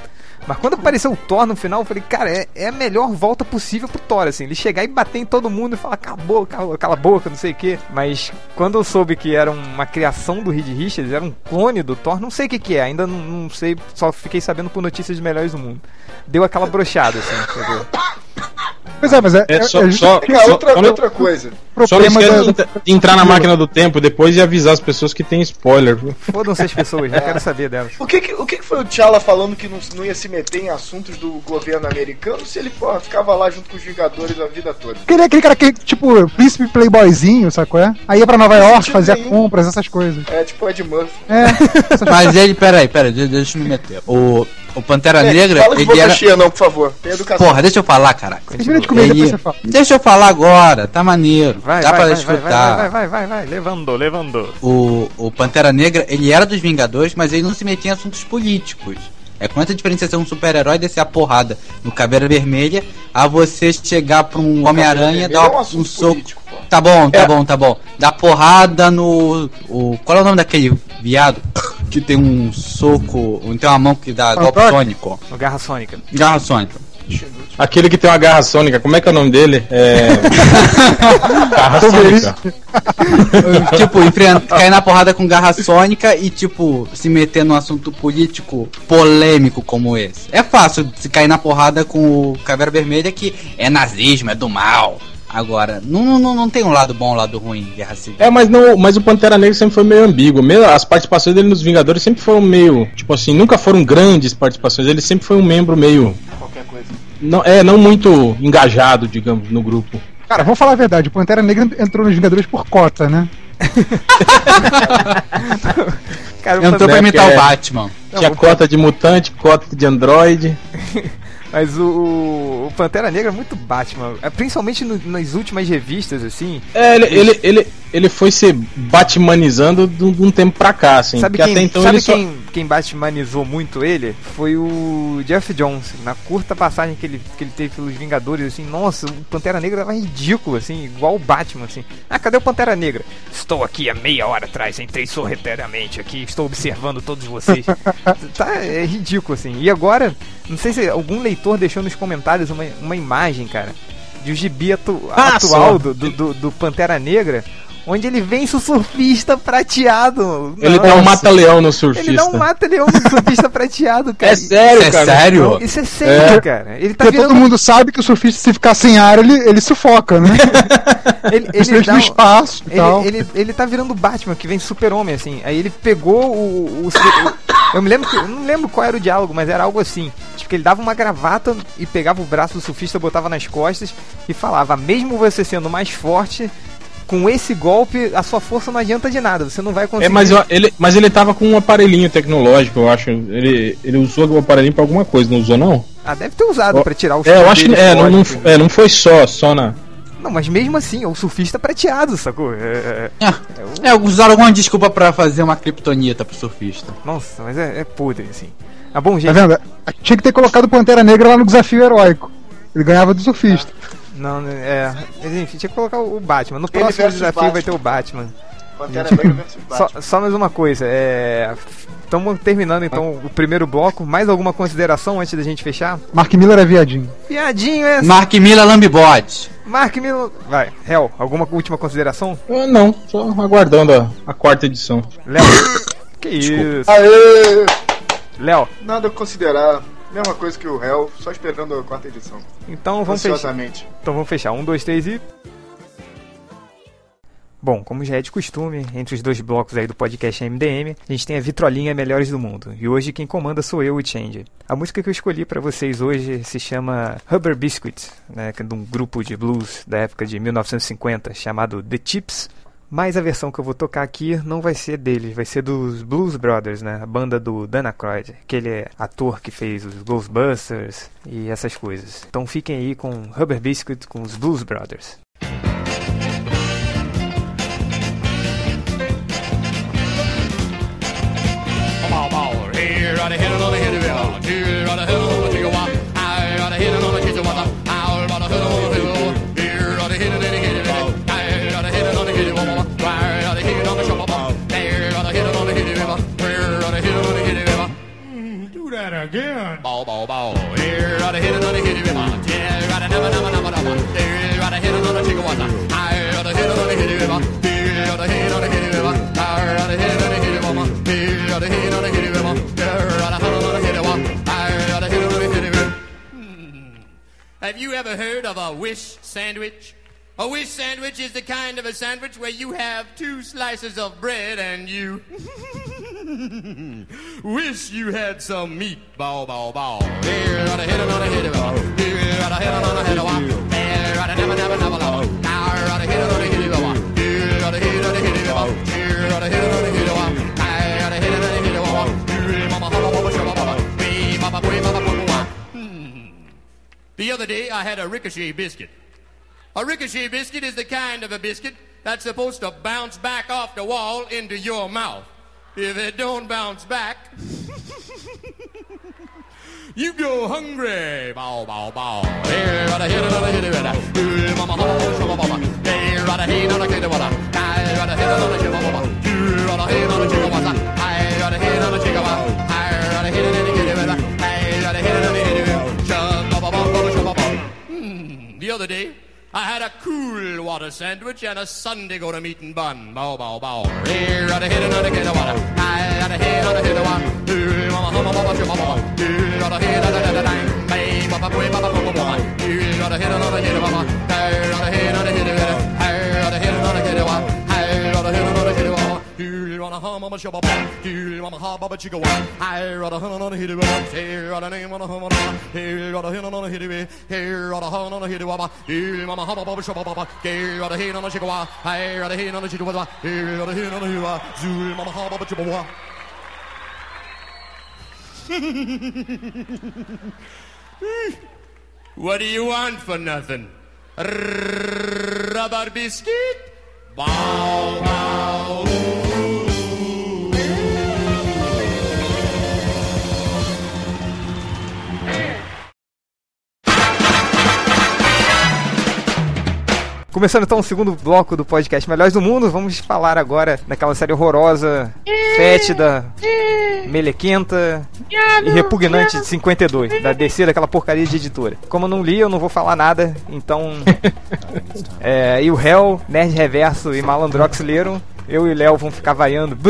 Speaker 1: Mas quando apareceu o Thor no final, eu falei, cara, é, é a melhor volta possível pro Thor, assim. Ele chegar e bater em todo mundo e falar, acabou, cala, cala a boca, não sei o quê. Mas quando eu soube que era uma criação do Reed Richards, era um clone do Thor, não sei o que que é, ainda não, não sei, só fiquei sabendo por notícias melhores do mundo. Deu aquela brochada, assim, entendeu?
Speaker 4: Pois é, mas é,
Speaker 2: É,
Speaker 4: é-
Speaker 2: só,
Speaker 4: é justo
Speaker 2: só,
Speaker 5: Cara,
Speaker 2: só-
Speaker 5: outra,
Speaker 2: só não,
Speaker 5: outra coisa.
Speaker 4: o
Speaker 2: só não
Speaker 4: problema
Speaker 2: esquece
Speaker 4: da-
Speaker 2: de
Speaker 4: da-
Speaker 2: entra- de entrar na máquina do tempo depois e avisar as pessoas que tem spoiler. viu?
Speaker 1: Fodam-se as pessoas,
Speaker 8: É.
Speaker 1: não quero saber delas.
Speaker 5: O que, que- o que, que foi o T'Challa falando que não, não ia se meter em assuntos do governo americano se ele pô, ficava lá junto com os Vingadores a vida toda?
Speaker 4: Porque ele é aquele cara que, tipo, príncipe playboyzinho, sacou? É? Aí ia pra Nova York,
Speaker 5: sentido
Speaker 4: fazia
Speaker 5: nenhum.
Speaker 4: compras, essas coisas.
Speaker 5: É tipo Ed Murphy.
Speaker 4: É,
Speaker 2: [laughs]
Speaker 8: Mas ele, peraí, peraí, de- deixa eu me meter. O, o
Speaker 1: É,
Speaker 8: Pantera Negra,
Speaker 5: fala de
Speaker 8: ele
Speaker 5: boca
Speaker 8: era.
Speaker 5: cheia, não, por favor. Tem educação.
Speaker 8: Porra, deixa eu falar, caraca.
Speaker 4: termina é de comer, depois
Speaker 8: Ele-
Speaker 4: você fala.
Speaker 8: Deixa eu falar agora, tá maneiro.
Speaker 1: Vai,
Speaker 8: Dá
Speaker 1: vai,
Speaker 8: pra
Speaker 1: vai, vai, vai,
Speaker 8: desfrutar.
Speaker 1: vai, vai, vai, vai, levando, levando.
Speaker 8: o, o Pantera Negra, ele era dos Vingadores, mas ele não se metia em assuntos políticos. É quanta diferença ser um super-herói descer a porrada no Caveira Vermelha a você chegar pra um
Speaker 5: Ele
Speaker 8: Homem-Aranha,
Speaker 5: é
Speaker 8: dar
Speaker 5: um
Speaker 8: um
Speaker 5: assunto
Speaker 8: soco.
Speaker 5: político, É. pô.
Speaker 8: Tá bom, tá bom, tá bom. Dá porrada no. O, qual é o nome daquele viado que tem um soco. um, Tem uma mão que dá golpe
Speaker 4: Thor?
Speaker 8: sônico?
Speaker 1: No Garra Sônica.
Speaker 8: Garra sônica.
Speaker 2: Aquele que tem uma garra sônica, como é que é o nome dele?
Speaker 4: [laughs]
Speaker 2: É. garra
Speaker 4: é
Speaker 2: sônica.
Speaker 8: [laughs] tipo, enfrenta, cair na porrada com garra sônica e, tipo, se meter num assunto político polêmico como esse. É fácil se cair na porrada com o Caveira Vermelha que é nazismo, é do mal. Agora, não, não, não tem um lado bom um lado ruim, guerra civil.
Speaker 2: É, mas não, mas o Pantera Negra sempre foi meio ambíguo. Mesmo as participações dele nos Vingadores sempre foram meio, tipo assim, nunca foram grandes participações. Ele sempre foi um membro meio
Speaker 5: Qualquer coisa.
Speaker 2: não, é, não muito engajado, digamos, no grupo.
Speaker 4: Cara, vamos falar a verdade, o Pantera Negra entrou nos Vingadores por cota, né?
Speaker 2: Tá
Speaker 1: Cara, eu
Speaker 8: Entrou
Speaker 1: também-
Speaker 8: pra imitar
Speaker 2: é.
Speaker 8: o Batman.
Speaker 2: Tinha cota de mutante, cota de android.
Speaker 1: mas o- o, o Pantera Negra é muito Batman. É, principalmente no- nas últimas revistas, assim.
Speaker 2: É, ele, ele, ele, ele foi se batmanizando de um de um tempo pra cá, assim.
Speaker 1: sabe
Speaker 2: porque
Speaker 1: quem,
Speaker 2: até então
Speaker 1: sabe
Speaker 2: ele só.
Speaker 1: quem, quem Batmanizou muito ele? Foi o Jeff Jones. Na curta passagem que ele, que ele teve pelos Vingadores, assim, nossa, o Pantera Negra tava ridículo, assim, igual o Batman, assim. Ah, cadê o Pantera Negra? Estou aqui há meia hora atrás, entrei sorretariamente aqui, estou observando todos
Speaker 2: [laughs]
Speaker 1: vocês. tá, é ridículo, assim. E agora, não sei se algum leitor deixou nos comentários uma, uma imagem, cara, de um gibi atu-
Speaker 2: Ah,
Speaker 1: atual
Speaker 2: só.
Speaker 1: do, do, do- do Pantera Negra onde ele vence o surfista prateado.
Speaker 2: Ele
Speaker 1: Nossa.
Speaker 2: dá um mata-leão no
Speaker 1: é
Speaker 2: surfista.
Speaker 1: Ele dá um mata-leão no surfista prateado, cara.
Speaker 2: [laughs] É sério,
Speaker 8: Isso é
Speaker 2: cara.
Speaker 8: sério?
Speaker 1: Isso é sério, cara. Ele tá
Speaker 4: Porque
Speaker 1: virando.
Speaker 4: todo mundo sabe que o surfista, se ficar sem ar, ele, ele
Speaker 2: [laughs]
Speaker 4: sufoca, né?
Speaker 1: Ele, ele
Speaker 4: Principalmente
Speaker 1: dá
Speaker 4: no
Speaker 1: um-
Speaker 4: espaço e tal.
Speaker 1: Ele, ele, ele tá virando o Batman, que vem super-homem, assim. Aí ele pegou o. o- o- eu me lembro que. Eu não lembro qual era o diálogo, mas era algo assim. Tipo, que ele dava uma gravata e pegava o braço do surfista, botava nas costas e falava: Mesmo você sendo mais forte, com esse golpe, a sua força não adianta de nada, você não vai conseguir.
Speaker 2: É, mas, eu- ele, mas ele tava com um aparelhinho tecnológico, eu acho. Ele, ele usou o aparelhinho pra alguma coisa, não usou, não?
Speaker 1: Ah, deve ter usado pra tirar o
Speaker 2: É, eu
Speaker 1: chão
Speaker 2: acho que.
Speaker 1: dele
Speaker 2: É, não,
Speaker 1: fora, assim.
Speaker 2: não,
Speaker 1: entendeu?
Speaker 2: é, não foi só, só na.
Speaker 1: Não, mas mesmo assim, é o surfista prateado, sacou? É, é, é.
Speaker 8: É, usaram alguma desculpa pra fazer uma criptonita pro surfista.
Speaker 1: Nossa, mas é, é podre, assim. Ah, bom,
Speaker 4: Tá
Speaker 1: gente.
Speaker 4: vendo? Tinha que ter colocado o Pantera Negra lá no desafio heróico. Ele ganhava do surfista.
Speaker 1: Não, né, é. Mas enfim, tinha que colocar o Batman. No
Speaker 5: Ele
Speaker 1: próximo
Speaker 5: versus
Speaker 1: desafio
Speaker 5: Batman.
Speaker 1: vai ter o Batman.
Speaker 5: Pantera Negra versus
Speaker 1: Só,
Speaker 5: Batman.
Speaker 1: só mais uma coisa, é. Estamos terminando então o primeiro bloco. Mais alguma consideração antes da gente fechar?
Speaker 4: Mark Miller é viadinho.
Speaker 1: Piadinho é.
Speaker 8: Mark Miller Lambibot.
Speaker 1: Mark Miller. Vai, Hel, alguma última consideração?
Speaker 2: Ah, não, só aguardando a, a quarta edição.
Speaker 1: Léo. que isso?
Speaker 5: Aê!
Speaker 1: Léo,
Speaker 5: Nada a considerar. Mesma coisa que o Hell, só esperando a quarta edição.
Speaker 1: então vamos fechar.
Speaker 5: Ansiosamente.
Speaker 1: Então vamos fechar. Um, dois, três e. Bom, como já é de costume, entre os dois blocos aí do podcast MDM, a gente tem a vitrolinha Melhores do Mundo. E hoje quem comanda sou eu, o Change. A música que eu escolhi pra vocês hoje se chama Rubber Biscuit, né, que é de um grupo de blues da época de 1950 chamado The Chips. Mas a versão que eu vou tocar aqui não vai ser deles, vai ser dos Blues Brothers, né? A banda do Dan Aykroyd, aquele ator que fez os Ghostbusters e essas coisas. Então fiquem aí com Rubber Biscuit com os Blues Brothers.
Speaker 9: Do that again. Bow, bow, bow. Here, right hit it on the hitty river. Yeah, right number, number, number, number. There, right hit it on the chicken water. I right hit it on the hitty river. Here, right hit it on the hitty river. I right hit it on the hitty river. Here, right hit it on the hitty river. There, right hit it on the hitty river. I right hit it on the hitty river. Have you ever heard of a wish sandwich? A wish sandwich is the kind of a sandwich where you have two slices of bread and you wish you had some meat. Bow, bow, bow. Hmm. Here, right ahead and on ahead of all. Here, right ahead and on ahead of all. There, right ahead and on ahead of all. Now, right ahead and on ahead of all. Here, right ahead and ahead of all. Here, right ahead and on ahead of all. Now, right ahead and on ahead of all. Here, mama, mama, mama, shabba, mama. Wee, mama, wee, mama, mama, mama. The other day I had a ricochet biscuit. A ricochet biscuit is the kind of a biscuit that's supposed to bounce back off the wall into your mouth. If it don't bounce back, you go hungry. Bow, bow, bow. Here, right here, right here, right here. mama, mama, mama, mama, mama. Here, right here, right here, right here. Here, right here, right here, mama, mama. Here, right here, right here, mama, mama. Here, right here, right here, mama. Here, right here, right here, right here. Here, right here, right here, right here. Shum, ba, ba, ba, ba, shum, ba, ba. Hmm, The other day, I had a cool water sandwich and a Sunday go to meeting bun. Bow, bow, bow. Here, right here, right here, water. Here, right here, right here, water. Here, mama, mama, mama, shum, ba, ba. Here, right here, right here, right here. Hey, ba, ba, ba, ba, ba, ba, ba, ba. Here, right here, right here, mama. Here, right here, right here, right here. Here, right here, right here, water. Here, right here, right here, water. Here, right here, mama, shum, ba, ba. Here, mama, ha, ba, ba, chicka, water. Here, right here, right here, water. Here, right here, right here, water. Here, right here, right here, water. Here, right here, right here, water. Here, mama, ha, ba, ba, ba, shum, ba, ba, ba. Here, right here, right here, water. Here, right here, right here, water. Here, right here, right here, water. Here, mama, ha, ba, ba, chicka, water. What do you want for nothing? Rubber biscuit? Bow, bow.
Speaker 1: Começando então o segundo bloco do podcast Melhores do Mundo, vamos falar agora daquela série horrorosa, fétida, melequenta e repugnante de 52, da DC, daquela porcaria de editora. Como eu não li, eu não vou falar nada, então. é, e o Hell, Nerd Reverso e Malandrox leram. Eu e o Léo vão ficar vaiando. Bu,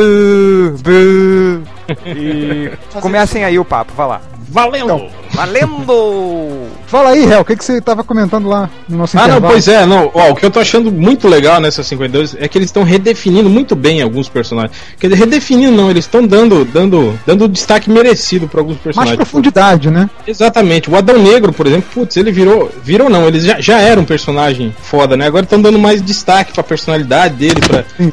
Speaker 1: bu. E comecem aí o papo, vai lá.
Speaker 2: Valendo!
Speaker 1: Valendo!
Speaker 4: Fala aí, Hel, o que, que você tava comentando lá no nosso
Speaker 2: Ah, não,
Speaker 4: intervalo?
Speaker 2: pois é, não. Ó, o que eu tô achando muito legal nessa 52 é que eles estão redefinindo muito bem alguns personagens. Quer dizer, redefinindo não, eles estão dando, dando, dando o destaque merecido pra alguns
Speaker 4: Mais
Speaker 2: personagens.
Speaker 4: profundidade, né?
Speaker 2: Exatamente. O Adão Negro, por exemplo, putz, ele virou. Virou não, ele já, já era um personagem foda, né? Agora estão dando mais destaque pra personalidade dele, pra.
Speaker 4: Sim.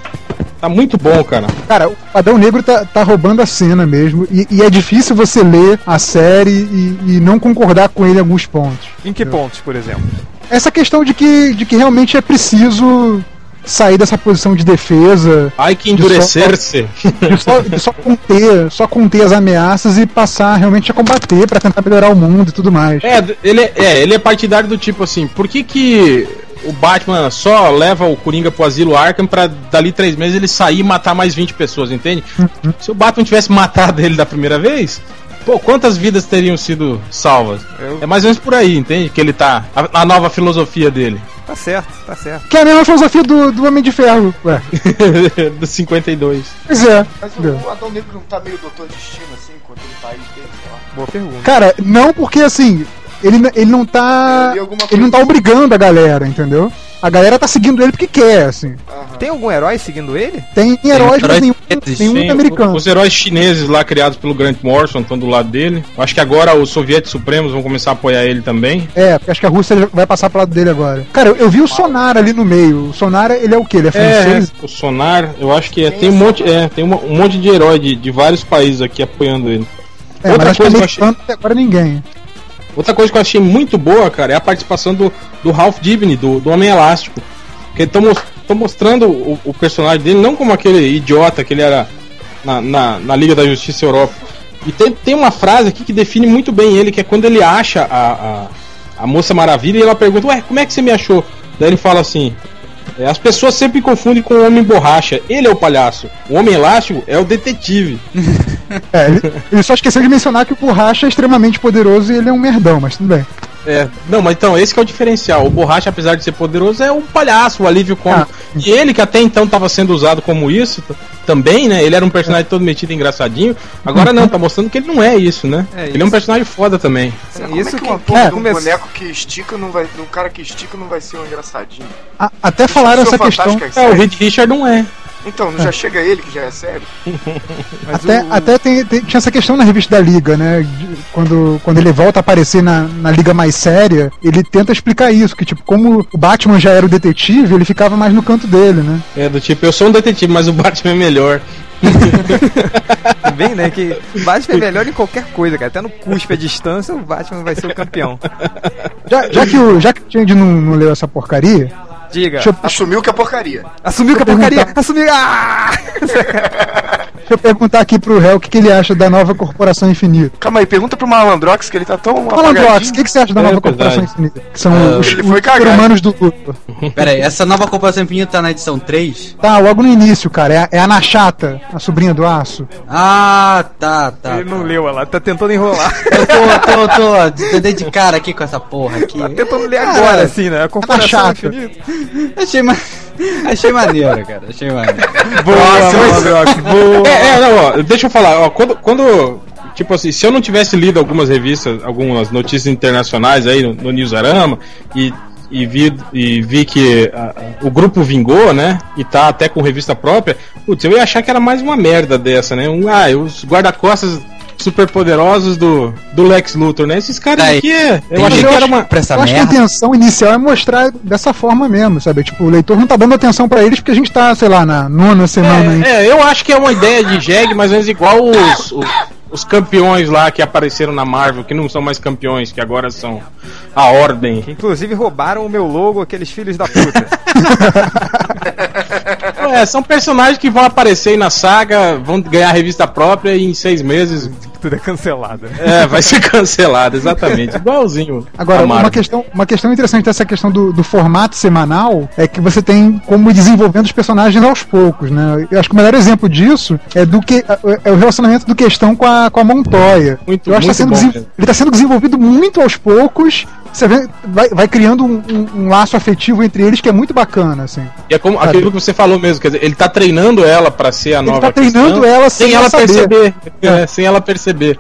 Speaker 2: Tá muito bom, cara.
Speaker 4: Cara, o Adão Negro tá, tá roubando a cena mesmo. E, e é difícil você ler a série e, e não concordar com ele em alguns pontos.
Speaker 1: Em que pontos, por exemplo?
Speaker 4: Essa questão de que, de que realmente é preciso sair dessa posição de defesa,
Speaker 2: Ai que endurecer-se.
Speaker 4: de só, de só conter, só conter as ameaças e passar realmente a combater pra tentar melhorar o mundo e tudo mais.
Speaker 2: É, ele é, é, ele é partidário do tipo assim, por que que o Batman só leva o Coringa pro asilo Arkham pra dali três meses ele sair e matar mais 20 pessoas, entende? Se o Batman tivesse matado ele da primeira vez, pô, quantas vidas teriam sido salvas?
Speaker 1: Eu-
Speaker 2: É mais ou menos por aí, entende? Que ele tá, a, a nova filosofia dele,
Speaker 1: Tá certo, tá certo.
Speaker 4: Que é a mesma filosofia do, do Homem de Ferro. Ué,
Speaker 2: do 52.
Speaker 4: pois é.
Speaker 5: Mas o, o Adão Negro não tá meio doutor destino, assim, enquanto ele tá aí dele, sei lá.
Speaker 1: Boa pergunta.
Speaker 4: Cara, não porque assim, ele, n- ele não tá.
Speaker 5: Eu li alguma
Speaker 4: Ele não tá
Speaker 5: coisa.
Speaker 4: obrigando a galera, entendeu? A galera tá seguindo ele porque quer, assim.
Speaker 5: Aham.
Speaker 1: Tem algum herói seguindo ele?
Speaker 4: Tem heróis, mas
Speaker 8: heróis
Speaker 4: nenhum,
Speaker 8: chineses,
Speaker 4: nenhum
Speaker 2: Sim,
Speaker 4: um americano.
Speaker 2: Os heróis chineses lá criados pelo Grant Morrison estão do lado dele. Acho que agora os sovietes supremos vão começar a apoiar ele também.
Speaker 4: É, porque acho que a Rússia vai passar pro lado dele agora. Cara, eu, eu vi o Sonara ali no meio. O Sonara, ele é o quê? Ele é
Speaker 2: É,
Speaker 4: francês?
Speaker 2: o Sonar, eu acho que é, tem um monte, é, tem uma- um monte de herói de, de vários países aqui apoiando ele.
Speaker 4: É,
Speaker 2: outra
Speaker 4: mas acho que
Speaker 2: coisa que eu
Speaker 4: americano até agora ninguém.
Speaker 2: Outra coisa que eu achei muito boa, cara, é a participação do, do Ralph Dibny, do, do Homem Elástico. Porque estão mostrando o, o personagem dele não como aquele idiota que ele era na, na, na Liga da Justiça Europa. E tem, tem uma frase aqui que define muito bem ele, que é quando ele acha a, a, a Moça Maravilha e ela pergunta, ué, como é que você me achou? Daí ele fala assim, é, as pessoas sempre confundem com o Homem Borracha. Ele é o palhaço. O Homem Elástico é o detetive.
Speaker 4: É, ele, ele só esqueceu de mencionar que o Borracha é extremamente poderoso e ele é um merdão, mas tudo bem.
Speaker 2: É, não, mas então, esse que é o diferencial. O Borracha, apesar de ser poderoso, é um palhaço, o alívio cômico. E ele, que até então estava sendo usado como isso t- também, né? Ele era um personagem todo metido e engraçadinho. Agora não, tá mostrando que ele não é isso, né?
Speaker 1: É
Speaker 2: ele é
Speaker 1: isso.
Speaker 2: um personagem foda também.
Speaker 5: Cara,
Speaker 1: Isso
Speaker 5: Como é que,
Speaker 1: que-
Speaker 5: o ator
Speaker 1: é,
Speaker 5: de um
Speaker 1: começou-
Speaker 5: boneco que estica não vai. De um cara que estica não vai ser um engraçadinho.
Speaker 4: A- até falaram
Speaker 5: Isso é
Speaker 4: essa questão.
Speaker 5: fantástico, é
Speaker 2: É, o
Speaker 5: sério.
Speaker 2: Reed Richard não é.
Speaker 5: Então, não já chega ele que já é sério.
Speaker 1: Mas
Speaker 4: Até,
Speaker 1: o-
Speaker 4: até tem- tem- tinha essa questão na revista da Liga, né? De- quando, quando ele volta a aparecer na, na Liga mais séria, ele tenta explicar isso, que tipo, como o Batman já era o detetive, ele ficava mais no canto dele, né?
Speaker 2: É do tipo, eu sou um detetive, mas o Batman é melhor.
Speaker 1: Também, né? Que Batman é melhor em qualquer coisa, cara. Até no cuspe à distância, o Batman vai ser o campeão.
Speaker 4: Já, já que o já que o Change não, não leu essa porcaria,
Speaker 1: Diga.
Speaker 4: deixa eu,
Speaker 5: Assumiu que é porcaria.
Speaker 1: Assumiu que a porcaria. Assumiu. Ah!
Speaker 4: deixa eu perguntar aqui pro réu o que, que ele acha da nova Corporação Infinita.
Speaker 5: Calma aí, pergunta pro Malandrox que ele tá tão
Speaker 4: Fala,
Speaker 5: apagadinho.
Speaker 4: Drox, o que, que você acha da
Speaker 2: É
Speaker 4: nova
Speaker 2: verdade.
Speaker 4: Corporação Infinita? Que são os,
Speaker 5: Ah, ele
Speaker 4: os
Speaker 5: foi cagar.
Speaker 4: humanos do Luthor.
Speaker 8: Pera aí, essa nova comparação infinita tá na edição 3?
Speaker 4: Tá, logo no início, cara. É, a- é a Nachata, a sobrinha do aço.
Speaker 8: Ah, tá, tá.
Speaker 1: Ele não
Speaker 8: tá.
Speaker 1: leu, ela tá tentando
Speaker 4: [laughs]
Speaker 1: enrolar.
Speaker 8: Eu tô, tô, tô, tô de- de cara aqui com essa porra aqui.
Speaker 1: Tá tentando ler agora, assim, né? A corporação
Speaker 4: tá chato.
Speaker 1: infinita.
Speaker 8: Achei, ma... Achei maneiro, cara. Achei maneiro.
Speaker 1: Boa, Malandrox, boa.
Speaker 2: É, é, não, ó, deixa eu falar, ó, quando, quando, tipo assim, se eu não tivesse lido algumas revistas, algumas notícias internacionais aí no, no Newsarama e, e, vi, e vi que ah, ah, o grupo vingou, né, e tá até com revista própria, putz, eu ia achar que era mais uma merda dessa, né, um, ah, os guarda-costas superpoderosos do, do Lex Luthor, né, esses caras
Speaker 8: Aí,
Speaker 2: aqui, é- eu
Speaker 8: Tem
Speaker 2: achei
Speaker 8: gente
Speaker 2: que era uma...
Speaker 8: pra essa
Speaker 4: eu acho que a
Speaker 8: merda.
Speaker 4: intenção inicial é mostrar dessa forma mesmo, sabe? Tipo, o leitor não tá dando atenção pra eles porque a gente tá, sei lá, na nona semana ainda.
Speaker 2: É, é, eu acho que é uma ideia de jegue, mais ou menos igual os, os, os campeões lá que apareceram na Marvel, que não são mais campeões, que agora são a ordem.
Speaker 4: [laughs]
Speaker 1: Inclusive roubaram o meu logo, aqueles filhos da puta.
Speaker 2: É, É, são personagens que vão aparecer aí na saga, vão ganhar revista própria e em seis meses
Speaker 1: Tudo é cancelado. né?
Speaker 2: é, vai ser [laughs] cancelado, exatamente. Igualzinho.
Speaker 4: Agora,
Speaker 2: a Marvel.
Speaker 4: uma questão, uma questão interessante dessa questão do, do formato semanal é que você tem como ir desenvolvendo os personagens aos poucos, né? Eu acho que o melhor exemplo disso é do que é o relacionamento do questão com a, com a Montoya.
Speaker 2: Muito,
Speaker 4: Eu acho que tá
Speaker 2: muito bom
Speaker 4: sendo desen-
Speaker 2: mesmo.
Speaker 4: ele está sendo desenvolvido muito aos poucos. Você vê, vai, vai criando um, um- um laço afetivo entre eles que é muito bacana, assim.
Speaker 2: E é como aquilo que você falou mesmo, quer dizer, ele tá treinando ela pra ser a
Speaker 4: Ele
Speaker 2: nova
Speaker 4: tá treinando
Speaker 2: Cristã,
Speaker 4: ela sem
Speaker 2: sem
Speaker 4: ela
Speaker 2: ela
Speaker 4: saber.
Speaker 2: perceber. É, sem ela perceber.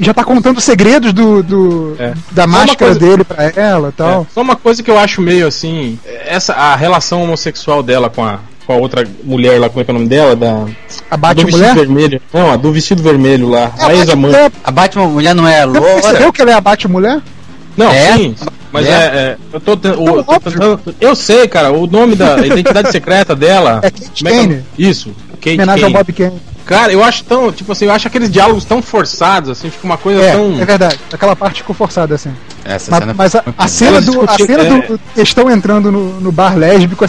Speaker 4: Já tá contando os segredos do, do-
Speaker 2: É.
Speaker 4: da
Speaker 2: Só uma
Speaker 4: máscara
Speaker 2: coisa-
Speaker 4: dele pra ela e tal.
Speaker 2: É. Só uma coisa que eu acho meio assim, essa a relação homossexual dela com a com a outra mulher lá, como é que é o nome dela? Da,
Speaker 4: A
Speaker 2: do vestido
Speaker 4: Batmulher.
Speaker 2: vermelho. Não, a do vestido vermelho
Speaker 4: É,
Speaker 2: lá. a ex-amante.
Speaker 4: Batmulher,
Speaker 8: A Batman mulher não é
Speaker 4: Você
Speaker 8: loura.
Speaker 4: percebeu que ela é a Batmulher?
Speaker 2: Não,
Speaker 8: É?
Speaker 2: sim. Mas
Speaker 8: É?
Speaker 2: é, é, eu tô, ten- o- eu tô
Speaker 4: óbvio.
Speaker 2: tentando. Eu sei, cara, o nome da
Speaker 4: [laughs]
Speaker 2: identidade secreta dela.
Speaker 4: É Kate
Speaker 2: como é que é o-
Speaker 4: Kane.
Speaker 2: Isso, Kate
Speaker 4: Homenagem ao
Speaker 2: Kane.
Speaker 4: Bob Kane.
Speaker 2: Cara, eu acho tão, tipo assim, eu acho aqueles diálogos tão forçados, assim, fica uma coisa
Speaker 4: É,
Speaker 2: tão.
Speaker 4: é verdade. Aquela parte ficou forçada, assim.
Speaker 3: Essa
Speaker 4: Ma-
Speaker 3: cena
Speaker 4: Mas, a, a cena
Speaker 2: Ela
Speaker 4: do. A
Speaker 2: discutiu-
Speaker 4: cena
Speaker 2: é.
Speaker 4: do. Estão entrando no, no bar lésbico é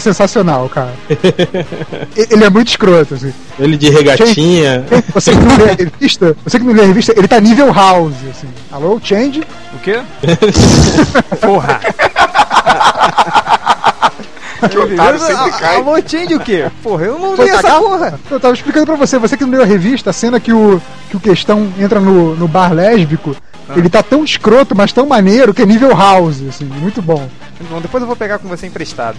Speaker 2: [laughs]
Speaker 4: sensacional, cara. E- Ele é muito escroto, assim.
Speaker 2: Ele de regatinha.
Speaker 4: Você que não lê a revista, você que não lê a revista, ele tá nível house, assim. Alô, change?
Speaker 1: O
Speaker 4: [laughs]
Speaker 1: quê? Porra!
Speaker 5: Que otário sempre cai.
Speaker 1: Alô, change o quê? Porra, eu não
Speaker 4: Foi
Speaker 1: vi essa
Speaker 4: cagar?
Speaker 1: porra.
Speaker 4: Eu tava explicando pra você, você que não leu a revista, a cena que o, que o questão entra no, no bar lésbico, ele tá tão escroto, mas tão maneiro, que é nível house, assim, muito bom.
Speaker 1: Bom, depois eu vou pegar com você emprestado.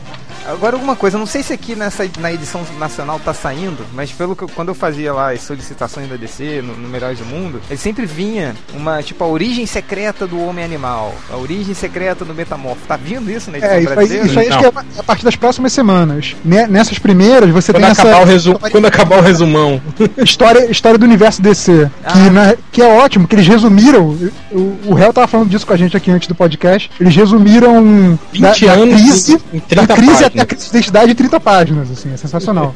Speaker 1: Agora alguma coisa, eu não sei se aqui nessa, na edição nacional tá saindo, mas pelo que eu- quando eu fazia lá as solicitações da DC no, no Melhores do Mundo, ele sempre vinha uma, tipo, a origem secreta do homem animal, a origem secreta do metamorfo. Tá vindo isso na edição
Speaker 4: É, isso aí,
Speaker 1: brasileira?
Speaker 4: isso aí acho que é a partir das próximas semanas. Ne- Nessas primeiras, você
Speaker 2: Quando
Speaker 4: tem essa.
Speaker 2: acabar, o resu... Quando acabar o resumão.
Speaker 4: História, história do universo DC. Que, na- que é ótimo, que eles resumiram. O, o Réu tava falando disso com a gente aqui antes do podcast. Eles resumiram um,
Speaker 2: 20 anos
Speaker 4: crise,
Speaker 2: em
Speaker 4: da
Speaker 2: 30
Speaker 4: crise
Speaker 2: páginas.
Speaker 4: até a crise de identidade em 30 páginas, assim,
Speaker 2: [laughs]
Speaker 4: é sensacional.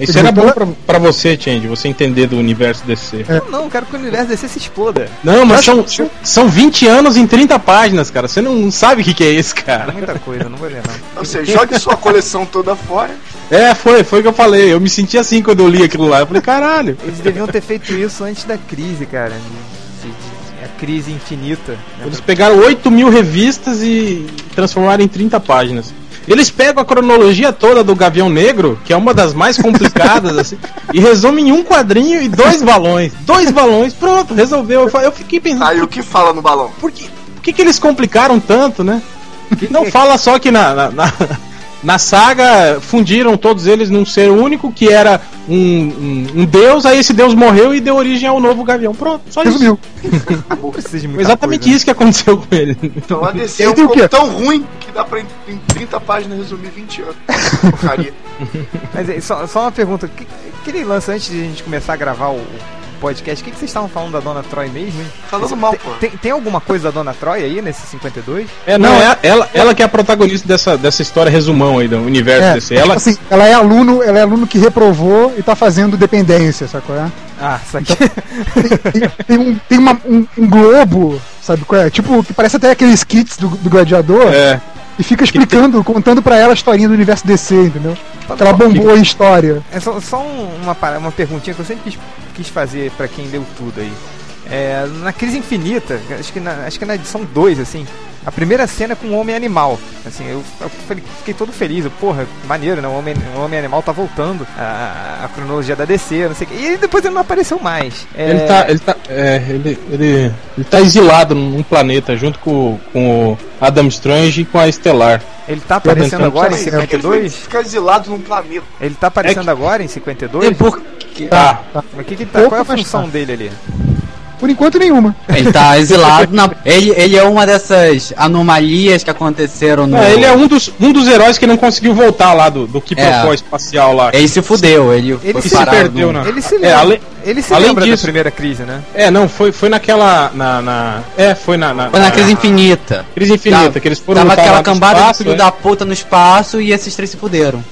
Speaker 2: Isso era bom pra, pra você, Change, você entender do universo DC.
Speaker 1: Não, não, eu quero que o universo DC se exploda.
Speaker 2: Não, mas são, são 20 anos em 30 páginas, cara. Você não sabe o que, que é isso, cara.
Speaker 1: Muita coisa, não vou ler não.
Speaker 5: Ou seja, jogue sua coleção toda fora.
Speaker 2: É, foi, foi o que eu falei. Eu me senti assim quando eu li aquilo lá. Eu falei, caralho.
Speaker 1: Eles deviam ter feito isso antes da crise, cara. De- de- de- a crise infinita. né?
Speaker 2: Eles pegaram 8 mil revistas e transformaram em 30 páginas. Eles pegam a cronologia toda do Gavião Negro, que é uma das mais complicadas, assim, e resumem em um quadrinho e dois balões. Dois balões, pronto, resolveu. Eu fa- Eu fiquei pensando,
Speaker 5: Aí o que fala no balão?
Speaker 2: por que, por que, que eles complicaram tanto, né? Não fala só que na, na, na, na saga fundiram todos eles num ser único que era um, um, um deus, aí esse deus morreu e deu origem ao novo Gavião. Pronto, só isso.
Speaker 4: Resumiu.
Speaker 1: Não precisa de
Speaker 2: Foi
Speaker 1: muita
Speaker 2: exatamente
Speaker 1: coisa,
Speaker 2: isso que aconteceu com ele.
Speaker 5: Então a DC
Speaker 4: E
Speaker 5: é
Speaker 4: aí
Speaker 5: um
Speaker 4: tem o quê?
Speaker 5: pouco tão ruim que dá pra em em 30 páginas resumir 20 anos. Porcaria.
Speaker 1: Mas é, só, só uma pergunta. Que, aquele lance antes de a gente começar a gravar o, o podcast, o que, que vocês estavam falando da Dona Troy mesmo? hein?
Speaker 5: Falando Tá mal, pô.
Speaker 1: Tem, tem alguma coisa da Dona Troy aí nesse 52?
Speaker 2: É, não, é, ela, ela que é a protagonista dessa, dessa história resumão aí do universo
Speaker 4: É,
Speaker 2: desse.
Speaker 4: tipo
Speaker 2: Ela,
Speaker 4: assim, ela é aluno, ela é aluno que reprovou e tá fazendo dependência, sacou? É?
Speaker 1: Ah, isso aqui.
Speaker 5: então-
Speaker 4: Tem, tem um, tem uma- um, um globo, sabe qual é? Tipo, que parece até aqueles kits do, do gladiador
Speaker 2: é,
Speaker 4: e fica explicando, contando pra ela a historinha do universo DC, entendeu? Que ela bombou a história.
Speaker 1: [laughs] É só, só um- uma, para- uma perguntinha que eu sempre quis, quis fazer pra quem leu tudo aí. É, na Crise Infinita, acho que na, acho que na edição 2, assim, a primeira cena é com o Homem Animal. Assim, eu, eu falei- fiquei todo feliz. Eu, porra, maneiro, né? O Homem, o Homem Animal tá voltando. A, a cronologia da DC, não sei o que. E depois ele não apareceu mais. É,
Speaker 2: Ele tá. Ele tá, é, ele, ele, ele tá exilado num planeta junto com, com o Adam Strange e com a Estelar.
Speaker 1: ele tá aparecendo
Speaker 2: Então,
Speaker 1: agora em
Speaker 5: Peraí, por É que ele tem que
Speaker 1: 52?
Speaker 5: ficar exilado num planeta.
Speaker 1: Ele tá aparecendo agora em 52?
Speaker 8: É porque
Speaker 2: Tá.
Speaker 1: Mas que que ele tá, qual é a
Speaker 4: pouco, mas
Speaker 1: função dele ali?
Speaker 4: Por enquanto, nenhuma.
Speaker 8: ele tá exilado na. Ele, ele é uma dessas anomalias que aconteceram no.
Speaker 2: É, ele é um dos, um dos heróis que não conseguiu voltar lá do, do que
Speaker 8: É.
Speaker 2: propôs espacial lá.
Speaker 8: Ele se fudeu, ele,
Speaker 1: Ele
Speaker 8: foi
Speaker 1: se
Speaker 8: parado
Speaker 2: perdeu
Speaker 8: no-
Speaker 2: na-
Speaker 1: Ele se
Speaker 2: É,
Speaker 1: lembra,
Speaker 2: além-
Speaker 1: ele se
Speaker 2: além
Speaker 1: lembra da
Speaker 2: disso-
Speaker 1: primeira crise, né?
Speaker 2: É, não, foi, foi naquela. Na, na- é, foi na. na
Speaker 8: Foi na crise infinita.
Speaker 2: Crise infinita,
Speaker 8: Tava-
Speaker 2: que eles foram
Speaker 8: Tava
Speaker 2: lutar lá
Speaker 8: aquela
Speaker 2: um no
Speaker 8: cambada
Speaker 2: espaço,
Speaker 8: de filho
Speaker 2: é.
Speaker 8: da puta no espaço e esses três se fuderam.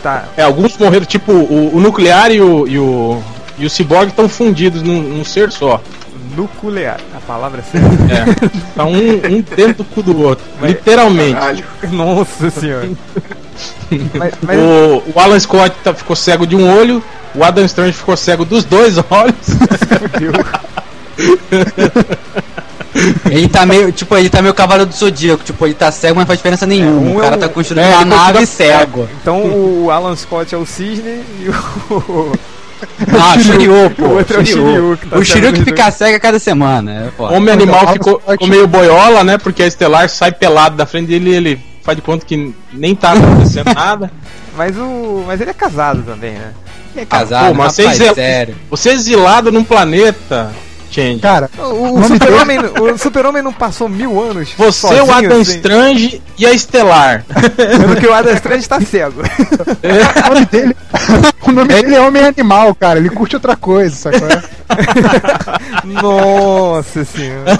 Speaker 1: Tá,
Speaker 2: É, alguns morreram, tipo, o, o nuclear e o, e o, e o ciborgue estão fundidos num, num ser só.
Speaker 1: nuclear. A palavra certa.
Speaker 2: É. Tá um, um dentro do cu do outro. Literalmente.
Speaker 5: Caralho.
Speaker 1: Nossa senhora. Mas, mas
Speaker 2: O, o Alan Scott tá- ficou cego de um olho, o Adam Strange ficou cego dos dois [laughs] olhos.
Speaker 1: fudeu.
Speaker 8: Ele tá meio, tipo, ele tá meio cavalo do zodíaco, tipo, ele tá cego, mas não faz diferença nenhuma.
Speaker 1: um
Speaker 8: o cara
Speaker 1: é o-
Speaker 8: tá construindo
Speaker 2: é,
Speaker 8: uma
Speaker 2: ele
Speaker 8: nave
Speaker 2: continua-
Speaker 8: cego.
Speaker 1: Então o Alan Scott é o cisne e o. [laughs]
Speaker 8: Ah, Shiryu, pô.
Speaker 1: O outro é o Shiryu,
Speaker 8: Shiryu.
Speaker 1: que tá
Speaker 8: O Shiryu
Speaker 1: sendo
Speaker 8: que fica cego a cada semana. É, pô.
Speaker 2: Homem Animal
Speaker 4: Alan
Speaker 2: ficou,
Speaker 4: Scott-
Speaker 2: ficou meio boiola, né? Porque a Estelar sai pelado da frente dele e ele faz de conta que nem tá
Speaker 4: [laughs]
Speaker 2: acontecendo nada.
Speaker 1: Mas o. Mas ele é casado também, né?
Speaker 8: é casado,
Speaker 2: Pô, mas
Speaker 8: rapaz,
Speaker 2: vocês é- [laughs]
Speaker 8: sério.
Speaker 2: Você é exilado num planeta, Change.
Speaker 4: Cara,
Speaker 1: O, o super-homem o super-homem não passou mil anos.
Speaker 2: Você, é
Speaker 1: sozinho,
Speaker 2: o Adam
Speaker 1: assim?
Speaker 2: Strange e a
Speaker 4: [laughs]
Speaker 2: Estelar.
Speaker 1: Sendo que o Adam Strange tá cego.
Speaker 2: É.
Speaker 4: o nome dele. [laughs] o nome dele é Homem Animal, cara. Ele curte outra coisa, sacou? É.
Speaker 1: Nossa senhora.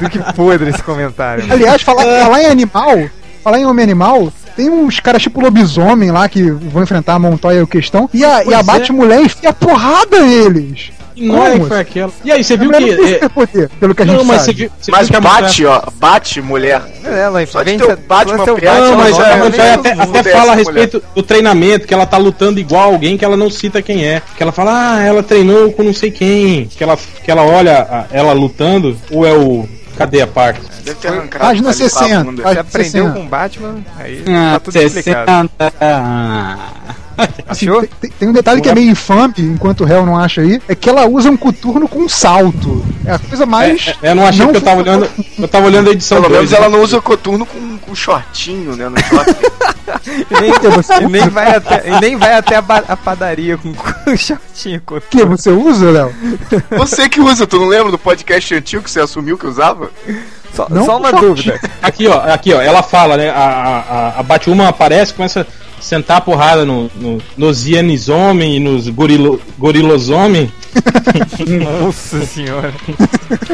Speaker 1: Do que podre esse comentário. mano.
Speaker 4: Aliás, falar,
Speaker 2: É.
Speaker 4: falar em animal, falar em homem animal, tem uns caras tipo lobisomem lá que vão enfrentar a Montoya e o Questão, e a, e a
Speaker 2: Pois é.
Speaker 4: Batmulher enfia porrada neles.
Speaker 2: E não é
Speaker 4: Como?
Speaker 2: que foi aquela. E aí, você viu
Speaker 4: A
Speaker 2: que.
Speaker 4: mulher não tem
Speaker 2: é,
Speaker 4: superpoder, pelo que a gente
Speaker 2: Não, mas você
Speaker 4: sabe.
Speaker 2: viu, você
Speaker 5: Mas
Speaker 2: viu que a
Speaker 5: bate, ó. Bate, mulher.
Speaker 1: Ela
Speaker 5: Só de
Speaker 1: enfrenta-
Speaker 5: ter o Batman
Speaker 1: lança é o
Speaker 5: piada,
Speaker 2: Não, mas
Speaker 5: Não, é,
Speaker 2: a
Speaker 5: não,
Speaker 2: Mãe
Speaker 5: não,
Speaker 2: Joia até,
Speaker 5: não,
Speaker 2: até
Speaker 5: não,
Speaker 2: fala a
Speaker 5: não,
Speaker 2: respeito do treinamento, que ela tá lutando igual alguém que ela não cita quem é. Que ela fala, ah, ela treinou com não sei quem. Que ela, que ela olha a- ela lutando, ou é o. Cadê a parte?
Speaker 5: Deve ter arrancado.
Speaker 4: Página
Speaker 5: ali né? pra
Speaker 4: 60.
Speaker 5: bunda.
Speaker 1: Você
Speaker 4: página
Speaker 5: assim,
Speaker 1: aprendeu
Speaker 4: 60.
Speaker 1: com Batman, aí
Speaker 8: Ah,
Speaker 1: tá tudo explicado.
Speaker 8: 60. Ah.
Speaker 4: Assim,
Speaker 1: Achou?
Speaker 4: tem- tem, tem um detalhe que é meio infame, enquanto o réu não acha aí, é que ela usa um coturno com um salto. É a coisa mais.
Speaker 2: É, eu não achei que eu tava
Speaker 4: funcional.
Speaker 2: olhando. Eu tava olhando a edição
Speaker 5: Pelo menos
Speaker 2: dois,
Speaker 5: ela
Speaker 2: né?
Speaker 5: não usa o coturno com, com shortinho, né? No short.
Speaker 1: E nem vai até, e nem vai até a, ba- a padaria com [laughs] o shortinho com
Speaker 4: Que você usa, Léo?
Speaker 5: [laughs] Você que usa, tu não lembra do podcast antigo que você assumiu que usava?
Speaker 1: Só,
Speaker 4: Não
Speaker 1: só
Speaker 4: com
Speaker 1: uma
Speaker 4: shortinho.
Speaker 1: dúvida.
Speaker 2: Aqui, ó, aqui, ó, ela fala, né? A, a, a- a Batwoman aparece, começa a sentar a porrada no, no, nos Yanisomem e nos gorilo, Gorilosomem.
Speaker 1: Nossa senhora.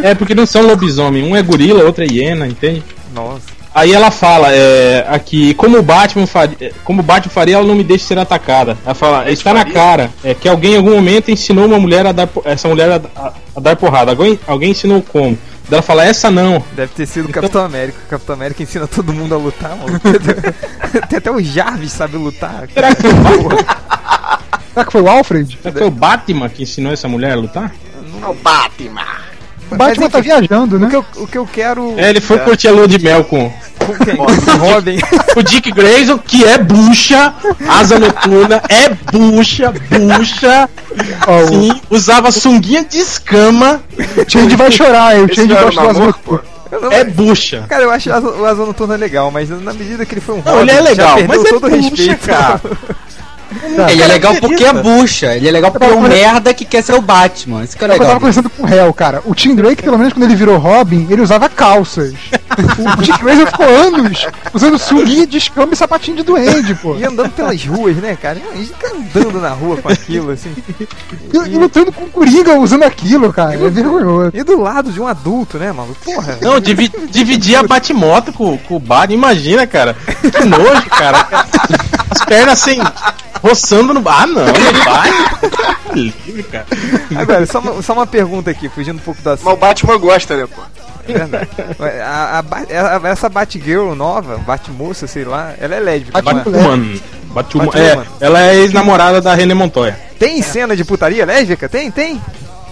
Speaker 2: É porque não são lobisomem, um é gorila, outro é hiena, entende?
Speaker 1: Nossa.
Speaker 2: Aí ela fala, é, aqui, como o Batman faria, como o Batman faria, ela não me deixa ser atacada. Ela fala, está na cara, é que alguém em algum momento ensinou uma mulher a dar, po- essa mulher a, a- a dar porrada. Alguém, alguém ensinou como? Daí Ela fala, essa não.
Speaker 1: Deve ter sido o Capitão América. O Capitão América ensina todo mundo a lutar, mano. [laughs] Tem até o Jarvis sabe lutar.
Speaker 2: Será que foi, o Batman-
Speaker 4: Será que foi o Alfred?
Speaker 2: será que foi o Batman que ensinou essa mulher a lutar?
Speaker 5: Não bate, mano.
Speaker 4: O Batman
Speaker 1: enfim.
Speaker 4: tá viajando,
Speaker 1: O
Speaker 4: né?
Speaker 1: que eu, o que eu quero
Speaker 2: É, ele foi curtir a lua de mel com
Speaker 1: com quem? Com o
Speaker 2: [laughs]
Speaker 1: Robin.
Speaker 2: o Dick Grayson, que é bucha, asa noturna, é bucha, bucha,
Speaker 4: Ó, o-
Speaker 2: sim, usava sunguinha de escama,
Speaker 4: o Change vai chorar, hein? O
Speaker 5: Esse
Speaker 4: Change
Speaker 5: não era
Speaker 4: gosta
Speaker 5: um
Speaker 4: das
Speaker 5: namoro, pô.
Speaker 1: Eu não-
Speaker 2: é bucha.
Speaker 1: Cara, eu acho a zo- o Asa Noturna legal, mas na medida que ele foi um
Speaker 2: Não, ele é legal,
Speaker 1: já perdeu
Speaker 2: mas é
Speaker 1: todo o
Speaker 2: bucha,
Speaker 1: respeito.
Speaker 2: cara.
Speaker 8: Ele é legal porque é
Speaker 2: caracteriza.
Speaker 8: bucha. Ele é legal porque é um
Speaker 4: tava-
Speaker 8: merda que quer ser o Batman. Isso que é
Speaker 4: Eu tava
Speaker 8: legal.
Speaker 4: conversando com o réu, cara. O Tim Drake, pelo menos quando ele virou Robin, ele usava calças. o Dick Grayson ficou anos usando sunguinha de escama e sapatinho de duende, pô.
Speaker 1: E andando pelas ruas, né, cara? Ele fica andando na rua com aquilo, assim.
Speaker 4: E, e lutando com o Coringa usando aquilo, cara. É vergonhoso.
Speaker 1: E do lado de um adulto, né, mano? Porra.
Speaker 2: Não, divi dividir a Batmoto com, com o Batman, imagina, cara. Que nojo, cara. As pernas assim, roçando no. Ah, não, não vai. Livre, cara.
Speaker 1: Agora, só uma, só uma pergunta aqui, fugindo um pouco do
Speaker 5: Mas o
Speaker 1: assunto.
Speaker 5: Batman gosta, né, pô?
Speaker 1: É verdade. A- a Bat- a- essa Batgirl nova, Batmoça, sei lá, ela é lésbica. não é?
Speaker 2: Batwoman. Batwoman. É,
Speaker 1: Batwoman.
Speaker 2: ela é ex-namorada da René Montoya.
Speaker 1: Tem cena de putaria lésbica? Tem, tem?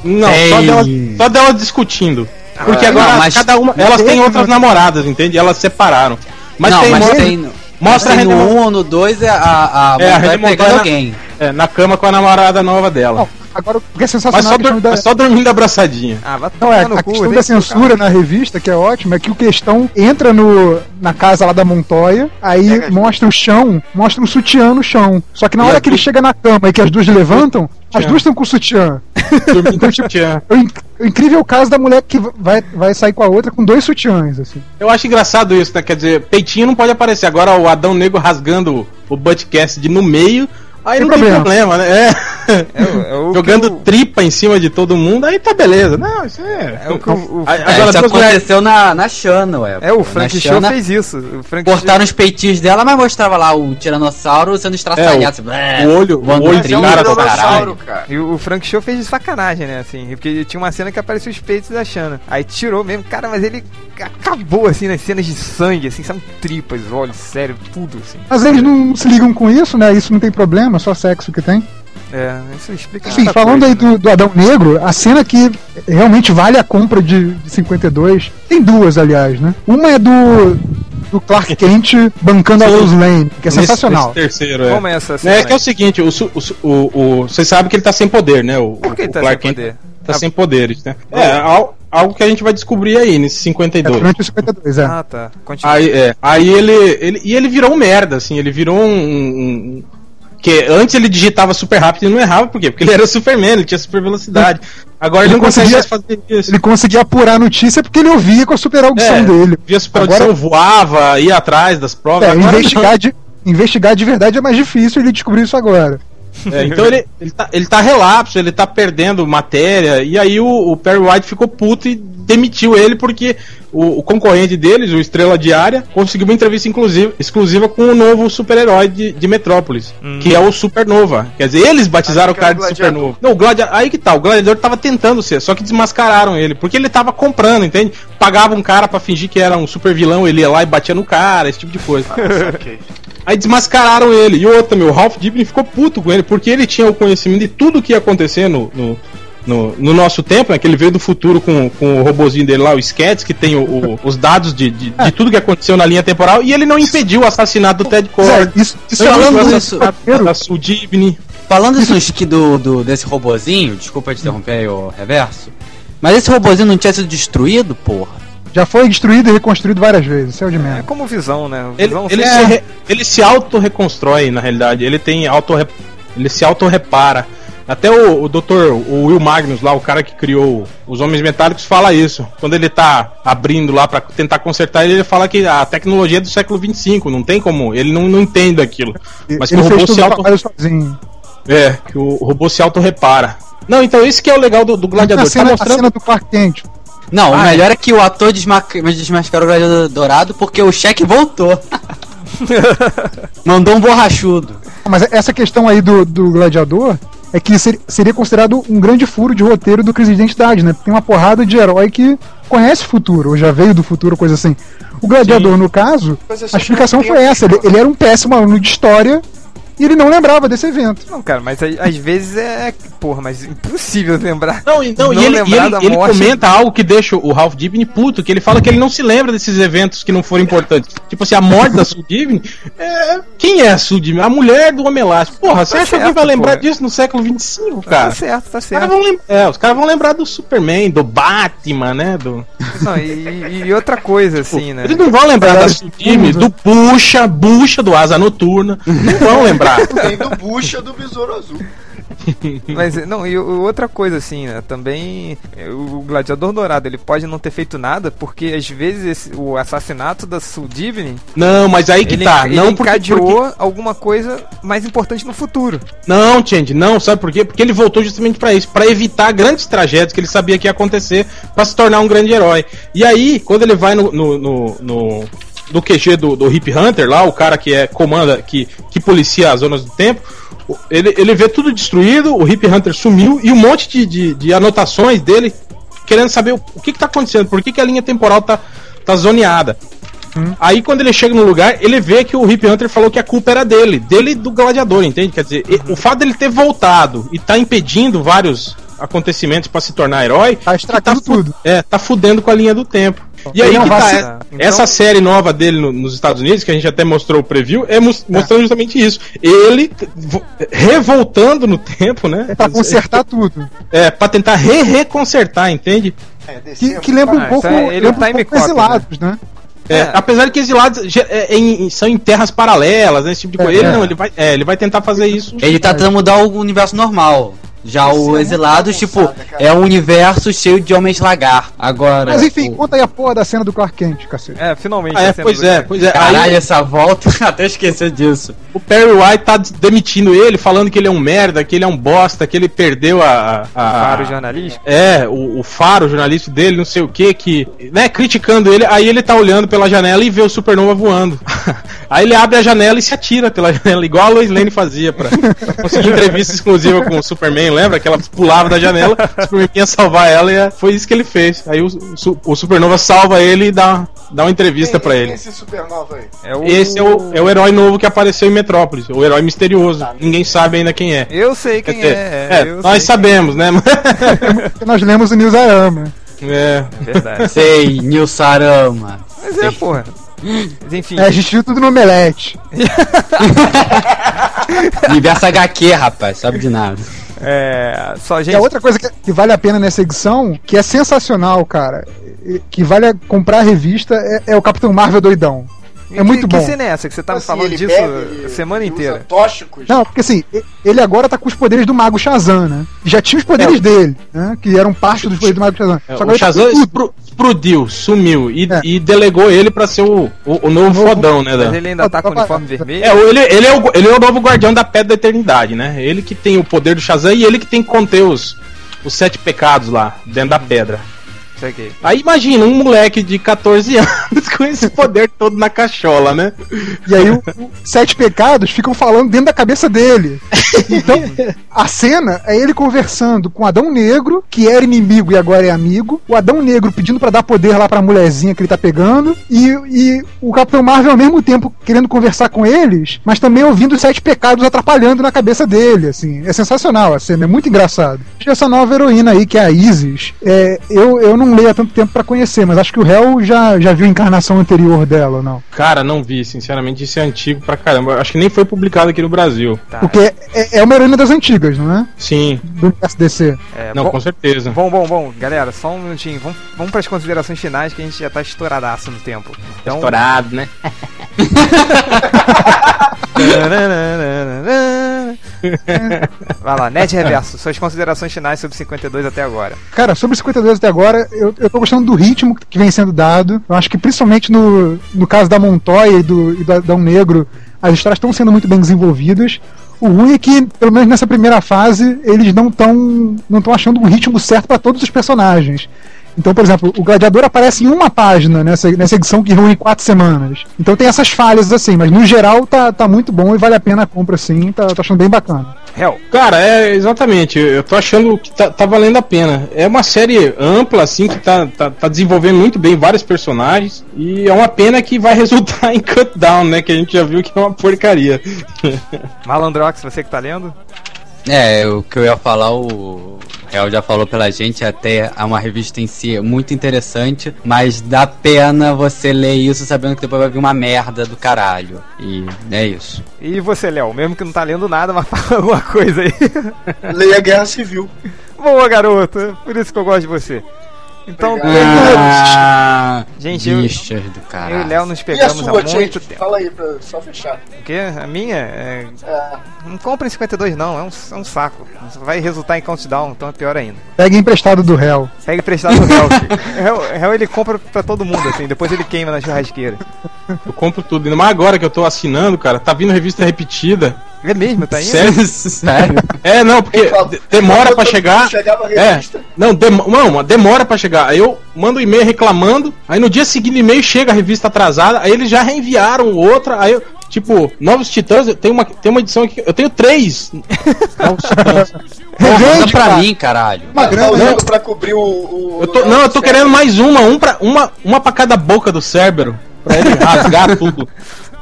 Speaker 2: Não, só
Speaker 8: Ei.
Speaker 2: dela, só dela discutindo. Porque
Speaker 5: Ah,
Speaker 2: agora
Speaker 8: não, mas-
Speaker 2: cada uma. Elas têm outras namoradas, entende? Elas separaram. Mas
Speaker 8: não,
Speaker 2: tem,
Speaker 8: mas
Speaker 2: mostra,
Speaker 8: tem.
Speaker 2: mostra a
Speaker 8: mas tem
Speaker 2: René
Speaker 8: no
Speaker 2: Mon-
Speaker 8: 1 ou no 2 é a, a
Speaker 2: É, a
Speaker 8: Montoya
Speaker 2: René
Speaker 8: pegando
Speaker 2: Montoya-
Speaker 8: alguém.
Speaker 2: é, na cama com a namorada nova dela.
Speaker 4: Não, agora o que é
Speaker 2: Mas
Speaker 4: sensacional
Speaker 2: só,
Speaker 4: é a questão
Speaker 2: dur-
Speaker 4: da...
Speaker 2: só dormindo
Speaker 4: [laughs]
Speaker 2: abraçadinha.
Speaker 1: Ah, vai
Speaker 4: Não,
Speaker 1: tomar
Speaker 4: é,
Speaker 1: no
Speaker 4: a
Speaker 1: cu.
Speaker 4: questão
Speaker 1: nem
Speaker 4: da
Speaker 1: se tocar.
Speaker 4: censura na revista, que é ótima, é que o questão entra no, na casa lá da Montoya, aí
Speaker 5: Pega as
Speaker 4: mostra o chão, mostra um sutiã no chão. Só que na
Speaker 2: E
Speaker 4: hora
Speaker 2: as
Speaker 4: que ele
Speaker 2: duas-
Speaker 4: chega na cama e que as duas levantam, as duas estão com o sutiã.
Speaker 2: Dormindo com sutiã.
Speaker 4: É o inc- o incrível caso da mulher que vai, vai sair com a outra com dois sutiãs, assim.
Speaker 2: Eu acho engraçado isso, né? Quer dizer, peitinho não pode aparecer. Agora o Adão Negro rasgando o podcast de no meio, aí
Speaker 4: Tem
Speaker 2: não tem
Speaker 4: problema.
Speaker 2: problema, né? É.
Speaker 1: É o- é o que
Speaker 2: [laughs] Jogando
Speaker 1: o-
Speaker 2: tripa em cima de todo mundo, aí tá beleza. Não, isso é.
Speaker 1: É o que o- o-
Speaker 8: É,
Speaker 2: A- Agora,
Speaker 8: isso
Speaker 2: duas mulheres-
Speaker 8: aconteceu na, na Xana, ué.
Speaker 1: É, o
Speaker 8: Na
Speaker 1: Frank Show
Speaker 8: Xana,
Speaker 1: fez isso. O Frank
Speaker 8: Cortaram os peitinhos dela, mas mostrava lá o tiranossauro sendo estraçalhado.
Speaker 2: É,
Speaker 8: assim, blé,
Speaker 1: né?
Speaker 2: o olho-
Speaker 8: voando
Speaker 2: o olho
Speaker 1: é
Speaker 8: no
Speaker 2: de
Speaker 1: um
Speaker 8: trilho,
Speaker 2: cara
Speaker 8: pra
Speaker 2: do
Speaker 8: caralho.
Speaker 5: é um Dinossauro, cara.
Speaker 1: E o Frank Show fez de sacanagem, né? Assim, porque tinha uma cena que aparecia os peitos da Xana. Aí tirou mesmo, cara, mas ele acabou, assim, nas cenas de sangue, assim, são tripas, olhos, sério, tudo, assim.
Speaker 4: Mas eles não se ligam com isso, né? Isso não tem problema, só sexo que tem.
Speaker 1: É, isso explica.
Speaker 4: Enfim,
Speaker 1: muita
Speaker 4: falando
Speaker 1: coisa,
Speaker 4: aí
Speaker 1: né?
Speaker 4: do, do Adão Negro, a cena que realmente vale a compra de, de 52, tem duas, aliás, né? Uma é do, do Clark Kent bancando a
Speaker 2: Sim.
Speaker 4: Rose Lane, que é
Speaker 2: Nesse-
Speaker 4: sensacional.
Speaker 2: nesse terceiro, é.
Speaker 1: Como é essa cena?
Speaker 2: É que é
Speaker 1: aí?
Speaker 2: o seguinte, o, su- o, su- o, o- vocês sabem que ele tá sem poder, né? O,
Speaker 1: Por que
Speaker 2: o
Speaker 1: ele tá
Speaker 2: Clark
Speaker 1: sem
Speaker 2: Kent
Speaker 1: poder?
Speaker 2: Tá
Speaker 1: Ah,
Speaker 2: sem poderes, né? É, al- algo que a gente vai descobrir aí nesse
Speaker 4: É
Speaker 2: 52.
Speaker 4: durante o 52, é.
Speaker 1: Ah, tá. Continua.
Speaker 2: Aí, é, aí ele, ele. E ele virou um merda, assim, ele virou um. um- um- que antes ele digitava super rápido e não errava, por quê? Porque ele era Superman, ele tinha super velocidade. Agora ele,
Speaker 4: Ele
Speaker 2: não consegue
Speaker 4: conseguia-
Speaker 2: mais fazer isso.
Speaker 4: Ele conseguia apurar a notícia porque ele ouvia com a super audição
Speaker 2: É,
Speaker 4: dele.
Speaker 2: via super audição,
Speaker 4: Agora-
Speaker 2: voava, ia atrás das provas.
Speaker 4: É,
Speaker 2: agora não.
Speaker 4: investigar, de, investigar de verdade é mais difícil ele descobriu isso agora.
Speaker 2: É, então ele, ele, tá, ele tá relapso, ele tá perdendo matéria, e aí o, o Perry White ficou puto e demitiu ele porque o, o concorrente deles, o Estrela Diária, conseguiu uma entrevista inclusiva, exclusiva com o novo super-herói de, de Metrópolis, que é o Supernova. Quer dizer, eles batizaram
Speaker 5: Ah,
Speaker 2: o cara
Speaker 5: que
Speaker 2: de
Speaker 5: é o gladiador.
Speaker 2: Supernova. Não, o gladiador, aí que tá, o gladiador tava tentando ser, só que desmascararam ele, porque ele tava comprando, entende? Pagava um cara pra fingir que era um super vilão, ele ia lá e batia no cara, esse tipo de coisa.
Speaker 5: Saquei.
Speaker 2: Aí desmascararam ele. E outra, meu, o Ralph Dibny ficou puto com ele, porque ele tinha o conhecimento de tudo que ia acontecer no, no, no, no nosso tempo, né? Que ele veio do futuro com, com o robozinho dele lá, o Sketch, que tem o- o- os dados de, de, de tudo que aconteceu na linha temporal, e ele não impediu o assassinato do Ted Cord.
Speaker 4: Zé, isso, isso
Speaker 2: Não
Speaker 4: é
Speaker 2: impediu
Speaker 4: um-
Speaker 2: o
Speaker 8: falando isso-
Speaker 2: assassinato da Sue Dibny.
Speaker 8: Falando isso dos que- do, do, desse robozinho, desculpa te interromper aí, o reverso. Mas esse robozinho não tinha sido destruído, porra.
Speaker 4: Já foi destruído e reconstruído várias vezes, isso é o de
Speaker 1: É
Speaker 4: menos.
Speaker 1: como visão, né?
Speaker 2: Ele,
Speaker 1: Visão
Speaker 2: ele
Speaker 1: sempre-
Speaker 2: se, re- ele se auto-reconstrói, na realidade. Ele tem auto Ele se auto-repara. Até o, o doutor, o Will Magnus lá, o cara que criou os Homens Metálicos, fala isso. Quando ele tá abrindo lá pra tentar consertar ele, ele fala que a tecnologia é do século 25, não tem como, ele não, não entende aquilo. Mas que o
Speaker 4: ele fez
Speaker 2: robô
Speaker 4: tudo
Speaker 2: se auto...
Speaker 4: trabalho sozinho.
Speaker 2: É, que o robô se auto-repara. Não, então esse que é o legal do, do
Speaker 4: A
Speaker 2: Gladiador. Tá
Speaker 4: cena, a
Speaker 2: mostrando...
Speaker 4: cena do Clark Kent.
Speaker 8: Não, o melhor é que o ator desma- desmascarou o Gladiador Dourado porque o cheque voltou. Mandou um borrachudo.
Speaker 4: Mas essa questão aí do, do gladiador é que ser- seria considerado um grande furo de roteiro do Crise de Identidade, né? Porque Tem uma porrada de herói que conhece o futuro, ou já veio do futuro, coisa assim. O gladiador, no caso,
Speaker 5: Mas é só
Speaker 4: a explicação
Speaker 5: que não
Speaker 4: foi
Speaker 5: tem
Speaker 4: essa: ele, ele era um péssimo aluno de história e ele não lembrava desse evento.
Speaker 1: Não, cara, mas aí- às vezes é. Porra, mas impossível lembrar.
Speaker 2: Não, e,
Speaker 1: Não
Speaker 2: não, e ele, e
Speaker 1: lembrar
Speaker 2: ele-
Speaker 1: da
Speaker 2: ele
Speaker 1: morte.
Speaker 2: comenta algo que deixa o Ralph Dibny puto, que ele fala que ele não se lembra desses eventos que não foram importantes. tipo assim, a morte da Sue Dibny, é, quem é a Sue Dibny? A mulher do Homem Elástico. Porra, você acha que
Speaker 1: certo,
Speaker 2: alguém vai lembrar
Speaker 1: porra.
Speaker 2: disso no século 25,
Speaker 1: Tá
Speaker 2: cara? Os
Speaker 1: certo, tá
Speaker 2: caras
Speaker 1: certo.
Speaker 2: vão lembrar, é, os caras vão lembrar do Superman, do Batman, né? Do...
Speaker 1: Não, e, e outra coisa, assim, né?
Speaker 2: Eles não vão lembrar da Sue Dibny, do Bucha, Bucha do Asa Noturna. Não vão
Speaker 1: [laughs]
Speaker 2: lembrar.
Speaker 5: Tem do Bucha do Besouro Azul.
Speaker 1: Mas, não, e o- outra coisa assim, né? Também é, o Gladiador Dourado, ele pode não ter feito nada, porque às vezes esse- o assassinato da Sudivine,
Speaker 2: Não, mas aí que
Speaker 1: ele,
Speaker 2: tá.
Speaker 1: ele
Speaker 2: não porque- porque-
Speaker 1: encadeou alguma coisa mais importante no futuro.
Speaker 2: Não, Change, não, sabe por quê? Porque ele voltou justamente pra isso, pra evitar grandes tragédias que ele sabia que ia acontecer, pra se tornar um grande herói. E aí, quando ele vai no no, no, no- no QG do, do Hip Hunter lá, o cara que é comanda, que, que policia as zonas do tempo, o- ele, ele vê tudo destruído, o Hip Hunter sumiu e um monte de, de, de anotações dele querendo saber o, o que, que tá acontecendo, por que, que a linha temporal tá, tá zoneada. Aí quando ele chega no lugar, ele vê que o Hip Hunter falou que a culpa era dele, dele e do gladiador, entende? Quer dizer, e- o fato dele ter voltado e tá impedindo vários acontecimentos pra se tornar herói,
Speaker 4: Tá estragando
Speaker 2: fu-
Speaker 4: tudo.
Speaker 2: É, tá fudendo com a linha do tempo. E aí
Speaker 4: Ele
Speaker 2: que
Speaker 4: não
Speaker 2: tá,
Speaker 4: vai
Speaker 1: se-
Speaker 2: é- essa série nova dele no- nos Estados Unidos, que a gente até mostrou o preview, é mos- mostrando justamente isso. Ele t- vo- revoltando no tempo, né?
Speaker 4: Pra consertar tudo.
Speaker 2: É, pra tentar re-reconsertar, entende?
Speaker 5: É,
Speaker 4: Que,
Speaker 5: descemos.
Speaker 4: que lembra
Speaker 1: Ah,
Speaker 4: um pouco,
Speaker 1: isso é- ele é um
Speaker 2: tá
Speaker 4: lembra
Speaker 1: time
Speaker 4: um pouco
Speaker 1: cop,
Speaker 4: exilados, né?
Speaker 2: É,
Speaker 1: É.
Speaker 2: Apesar de que exilados ge- é, em- em- são em terras paralelas, né, esse tipo de coisa.
Speaker 4: É,
Speaker 2: ele
Speaker 4: é.
Speaker 2: não, ele vai, é, ele vai tentar fazer isso.
Speaker 8: Ele tá tentando mudar o universo normal. Já
Speaker 5: Isso é
Speaker 8: o
Speaker 5: muito
Speaker 8: Exilados, tipo,
Speaker 5: bagunçada, cara.
Speaker 8: é um universo cheio de homens lagarto. Agora.
Speaker 4: Mas enfim,
Speaker 8: o-
Speaker 4: conta aí a porra da cena do Clark Kent, cacete.
Speaker 1: É, finalmente.
Speaker 2: Ah, é,
Speaker 1: a cena
Speaker 2: pois
Speaker 1: do-
Speaker 2: é, pois é. Aí
Speaker 8: Caralho, essa volta, [laughs] até esqueci disso.
Speaker 2: o Perry White tá demitindo ele, falando que ele é um merda, que ele é um bosta, que ele perdeu a. a, a-
Speaker 1: Para o jornalista.
Speaker 2: É, o, o Faro, o jornalista dele, não sei o que, que, né, criticando ele, aí ele tá olhando pela janela e vê o Supernova voando. [laughs] aí ele abre a janela e se atira pela [laughs] janela, igual a Lois Lane fazia pra conseguir entrevista exclusiva com o Superman, lembra? Que ela pulava da janela, o Superman ia salvar ela e é- foi isso que ele fez. Aí o, Su- o Supernova salva ele e dá, dá uma entrevista pra ele.
Speaker 5: Esse supernova aí.
Speaker 1: É o...
Speaker 2: Esse é o, é o herói novo que apareceu em Metrópolis, o herói misterioso. Ninguém sabe ainda quem é.
Speaker 1: Eu sei
Speaker 2: Quer
Speaker 1: quem
Speaker 2: dizer,
Speaker 1: é.
Speaker 2: é,
Speaker 1: eu
Speaker 2: nós
Speaker 1: sei.
Speaker 2: sabemos, né? [laughs]
Speaker 4: Porque nós lemos o News I Am.
Speaker 2: é.
Speaker 8: [laughs]
Speaker 1: Verdade.
Speaker 8: Sei, Nil Sarama.
Speaker 1: Mas é, porra. Mas enfim.
Speaker 4: É, a gente viu tudo no Omelete.
Speaker 8: Universo HQ, rapaz, sabe de nada.
Speaker 1: É, só
Speaker 4: E a
Speaker 1: gente.
Speaker 4: outra coisa que, que vale a pena nessa edição, que é sensacional, cara, e- que vale a comprar a revista, é, é o Capitão Marvel doidão.
Speaker 1: E
Speaker 4: É muito
Speaker 1: que,
Speaker 4: bom.
Speaker 1: Que cena é essa que você tava
Speaker 5: Assim,
Speaker 1: falando
Speaker 5: ele
Speaker 1: disso
Speaker 5: bebe, ele-
Speaker 1: a semana
Speaker 5: ele
Speaker 1: inteira?
Speaker 5: Usa tóxicos.
Speaker 4: Não, porque assim, e- ele agora tá com os poderes do Mago Shazam, né? Já tinha os poderes dele, né? Que eram parte dos poderes do Mago Shazam.
Speaker 2: É,
Speaker 4: Só que
Speaker 2: o
Speaker 4: agora tá
Speaker 2: Shazam
Speaker 4: com tudo.
Speaker 2: explo- explodiu, sumiu e,
Speaker 4: É.
Speaker 2: e delegou ele pra ser o, o, o novo fodão, né?
Speaker 1: Mas
Speaker 2: da-
Speaker 1: ele ainda tá com o
Speaker 4: Opa,
Speaker 1: uniforme vermelho?
Speaker 2: É, o- ele, ele, é o, ele é o novo guardião da pedra da eternidade, né? Ele que tem o poder do Shazam e ele que tem que conter os, os sete pecados lá dentro da pedra.
Speaker 1: Isso aqui.
Speaker 2: Aí imagina um moleque de 14 [laughs] anos com esse poder todo na cachola, né?
Speaker 4: E aí o, o Sete Pecados ficam falando dentro da cabeça dele. Então, a cena é ele conversando com o Adão Negro, que era inimigo e agora é amigo. O Adão Negro pedindo pra dar poder lá pra mulherzinha que ele tá pegando. E, e o Capitão Marvel ao mesmo tempo querendo conversar com eles, mas também ouvindo os Sete Pecados atrapalhando na cabeça dele, assim. É sensacional a cena, é muito engraçado. E essa nova heroína aí, que é a Isis, é, eu, eu não leio há tanto tempo pra conhecer, mas acho que o réu já, já viu a encarnação anterior dela, ou não?
Speaker 2: Cara, não vi, sinceramente, isso é antigo pra caramba. Acho que nem foi publicado aqui no Brasil.
Speaker 1: Tá.
Speaker 4: Porque é, é uma heroína das antigas, não é?
Speaker 2: Sim,
Speaker 4: Do SDC.
Speaker 1: É,
Speaker 2: não,
Speaker 1: bom,
Speaker 2: com certeza.
Speaker 1: bom, bom, bom. Galera, só um minutinho. Vamos, vamos pras considerações finais que a gente já tá estouradaço no tempo. Então,
Speaker 3: Estourado, né?
Speaker 1: [laughs] Vai lá, Ned Reverso, suas considerações finais sobre 52 até agora.
Speaker 4: Cara, sobre os 52 até agora, eu, eu tô gostando do ritmo que vem sendo dado. Eu acho que principalmente no, no caso da Montoya e do, e do Adão Negro, as histórias estão sendo muito bem desenvolvidas. O ruim é que, pelo menos nessa primeira fase, eles não estão não tão achando o ritmo certo pra todos os personagens. Então, por exemplo, o Gladiador aparece em uma página nessa, nessa edição que reúne quatro semanas. Então tem essas falhas assim, mas no geral tá, tá muito bom e vale a pena a compra sim, tá, tô achando bem bacana.
Speaker 1: Hell,
Speaker 2: Cara, é exatamente. Eu tô achando que tá, tá valendo a pena. É uma série ampla, assim, que tá, tá, tá desenvolvendo muito bem vários personagens. E é uma pena que vai [laughs] resultar em cutdown, né? Que a gente já viu que é uma porcaria. [laughs]
Speaker 1: Malandrox, você que tá lendo?
Speaker 8: É, o que eu ia falar, o Real já falou pela gente, até é uma revista em si é muito interessante, mas dá pena você ler isso sabendo que depois vai vir uma merda do caralho. E é isso.
Speaker 1: E você, Léo, mesmo que não tá lendo nada, mas [laughs] fala alguma coisa aí.
Speaker 5: Leia é Guerra Civil.
Speaker 1: Boa, garoto, por isso que eu gosto de você. Então,
Speaker 8: Ah,
Speaker 1: Gente, eu-
Speaker 8: bichas do
Speaker 1: eu e
Speaker 8: caralho.
Speaker 1: Léo nos
Speaker 5: E a
Speaker 1: pegamos há
Speaker 5: sua,
Speaker 1: muito
Speaker 5: gente?
Speaker 1: tempo.
Speaker 5: Fala aí, pra só fechar.
Speaker 1: O quê? A minha? É,
Speaker 5: É,
Speaker 1: Não comprem 52 não, é um, é um saco. Vai resultar em countdown, então é pior ainda.
Speaker 4: Pega emprestado do réu.
Speaker 1: Pega emprestado do Hell. filho. Hell. Hell ele compra pra todo mundo, assim, depois ele queima na churrasqueira.
Speaker 2: Eu compro tudo. Ainda mais agora que eu tô assinando, cara, tá vindo revista repetida.
Speaker 1: É mesmo, tá indo?
Speaker 2: Sério?
Speaker 8: Sério?
Speaker 2: É, não, porque de- demora pra chegar.
Speaker 5: Chegava a
Speaker 2: É,
Speaker 5: revista.
Speaker 2: não, dem não, demora pra chegar. Aí eu mando um e-mail reclamando, aí no dia seguinte o e-mail chega a revista atrasada, aí eles já reenviaram outra, aí eu, tipo, Novos Titãs, eu tenho uma, tem uma edição aqui, eu tenho três. Novos Titãs.
Speaker 8: Manda
Speaker 4: Revende,
Speaker 8: pra
Speaker 4: cara.
Speaker 8: mim, caralho.
Speaker 4: Uma
Speaker 5: Tá
Speaker 4: grana, né?
Speaker 5: usando pra cobrir o. o-
Speaker 2: Eu tô, não, eu tô querendo mais uma, um pra, uma, uma pra cada boca do Cérbero, pra ele rasgar tudo.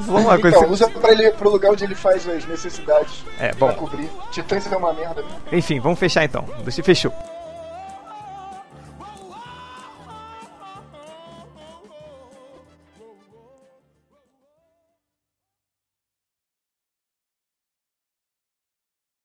Speaker 1: Vamos lá,
Speaker 5: Então,
Speaker 1: coisa.
Speaker 5: usa pra ele, pro lugar onde ele faz as necessidades
Speaker 1: É,
Speaker 5: pra
Speaker 1: bom.
Speaker 5: cobrir. Titãs é uma merda mesmo.
Speaker 1: Enfim, vamos fechar então. Você fechou.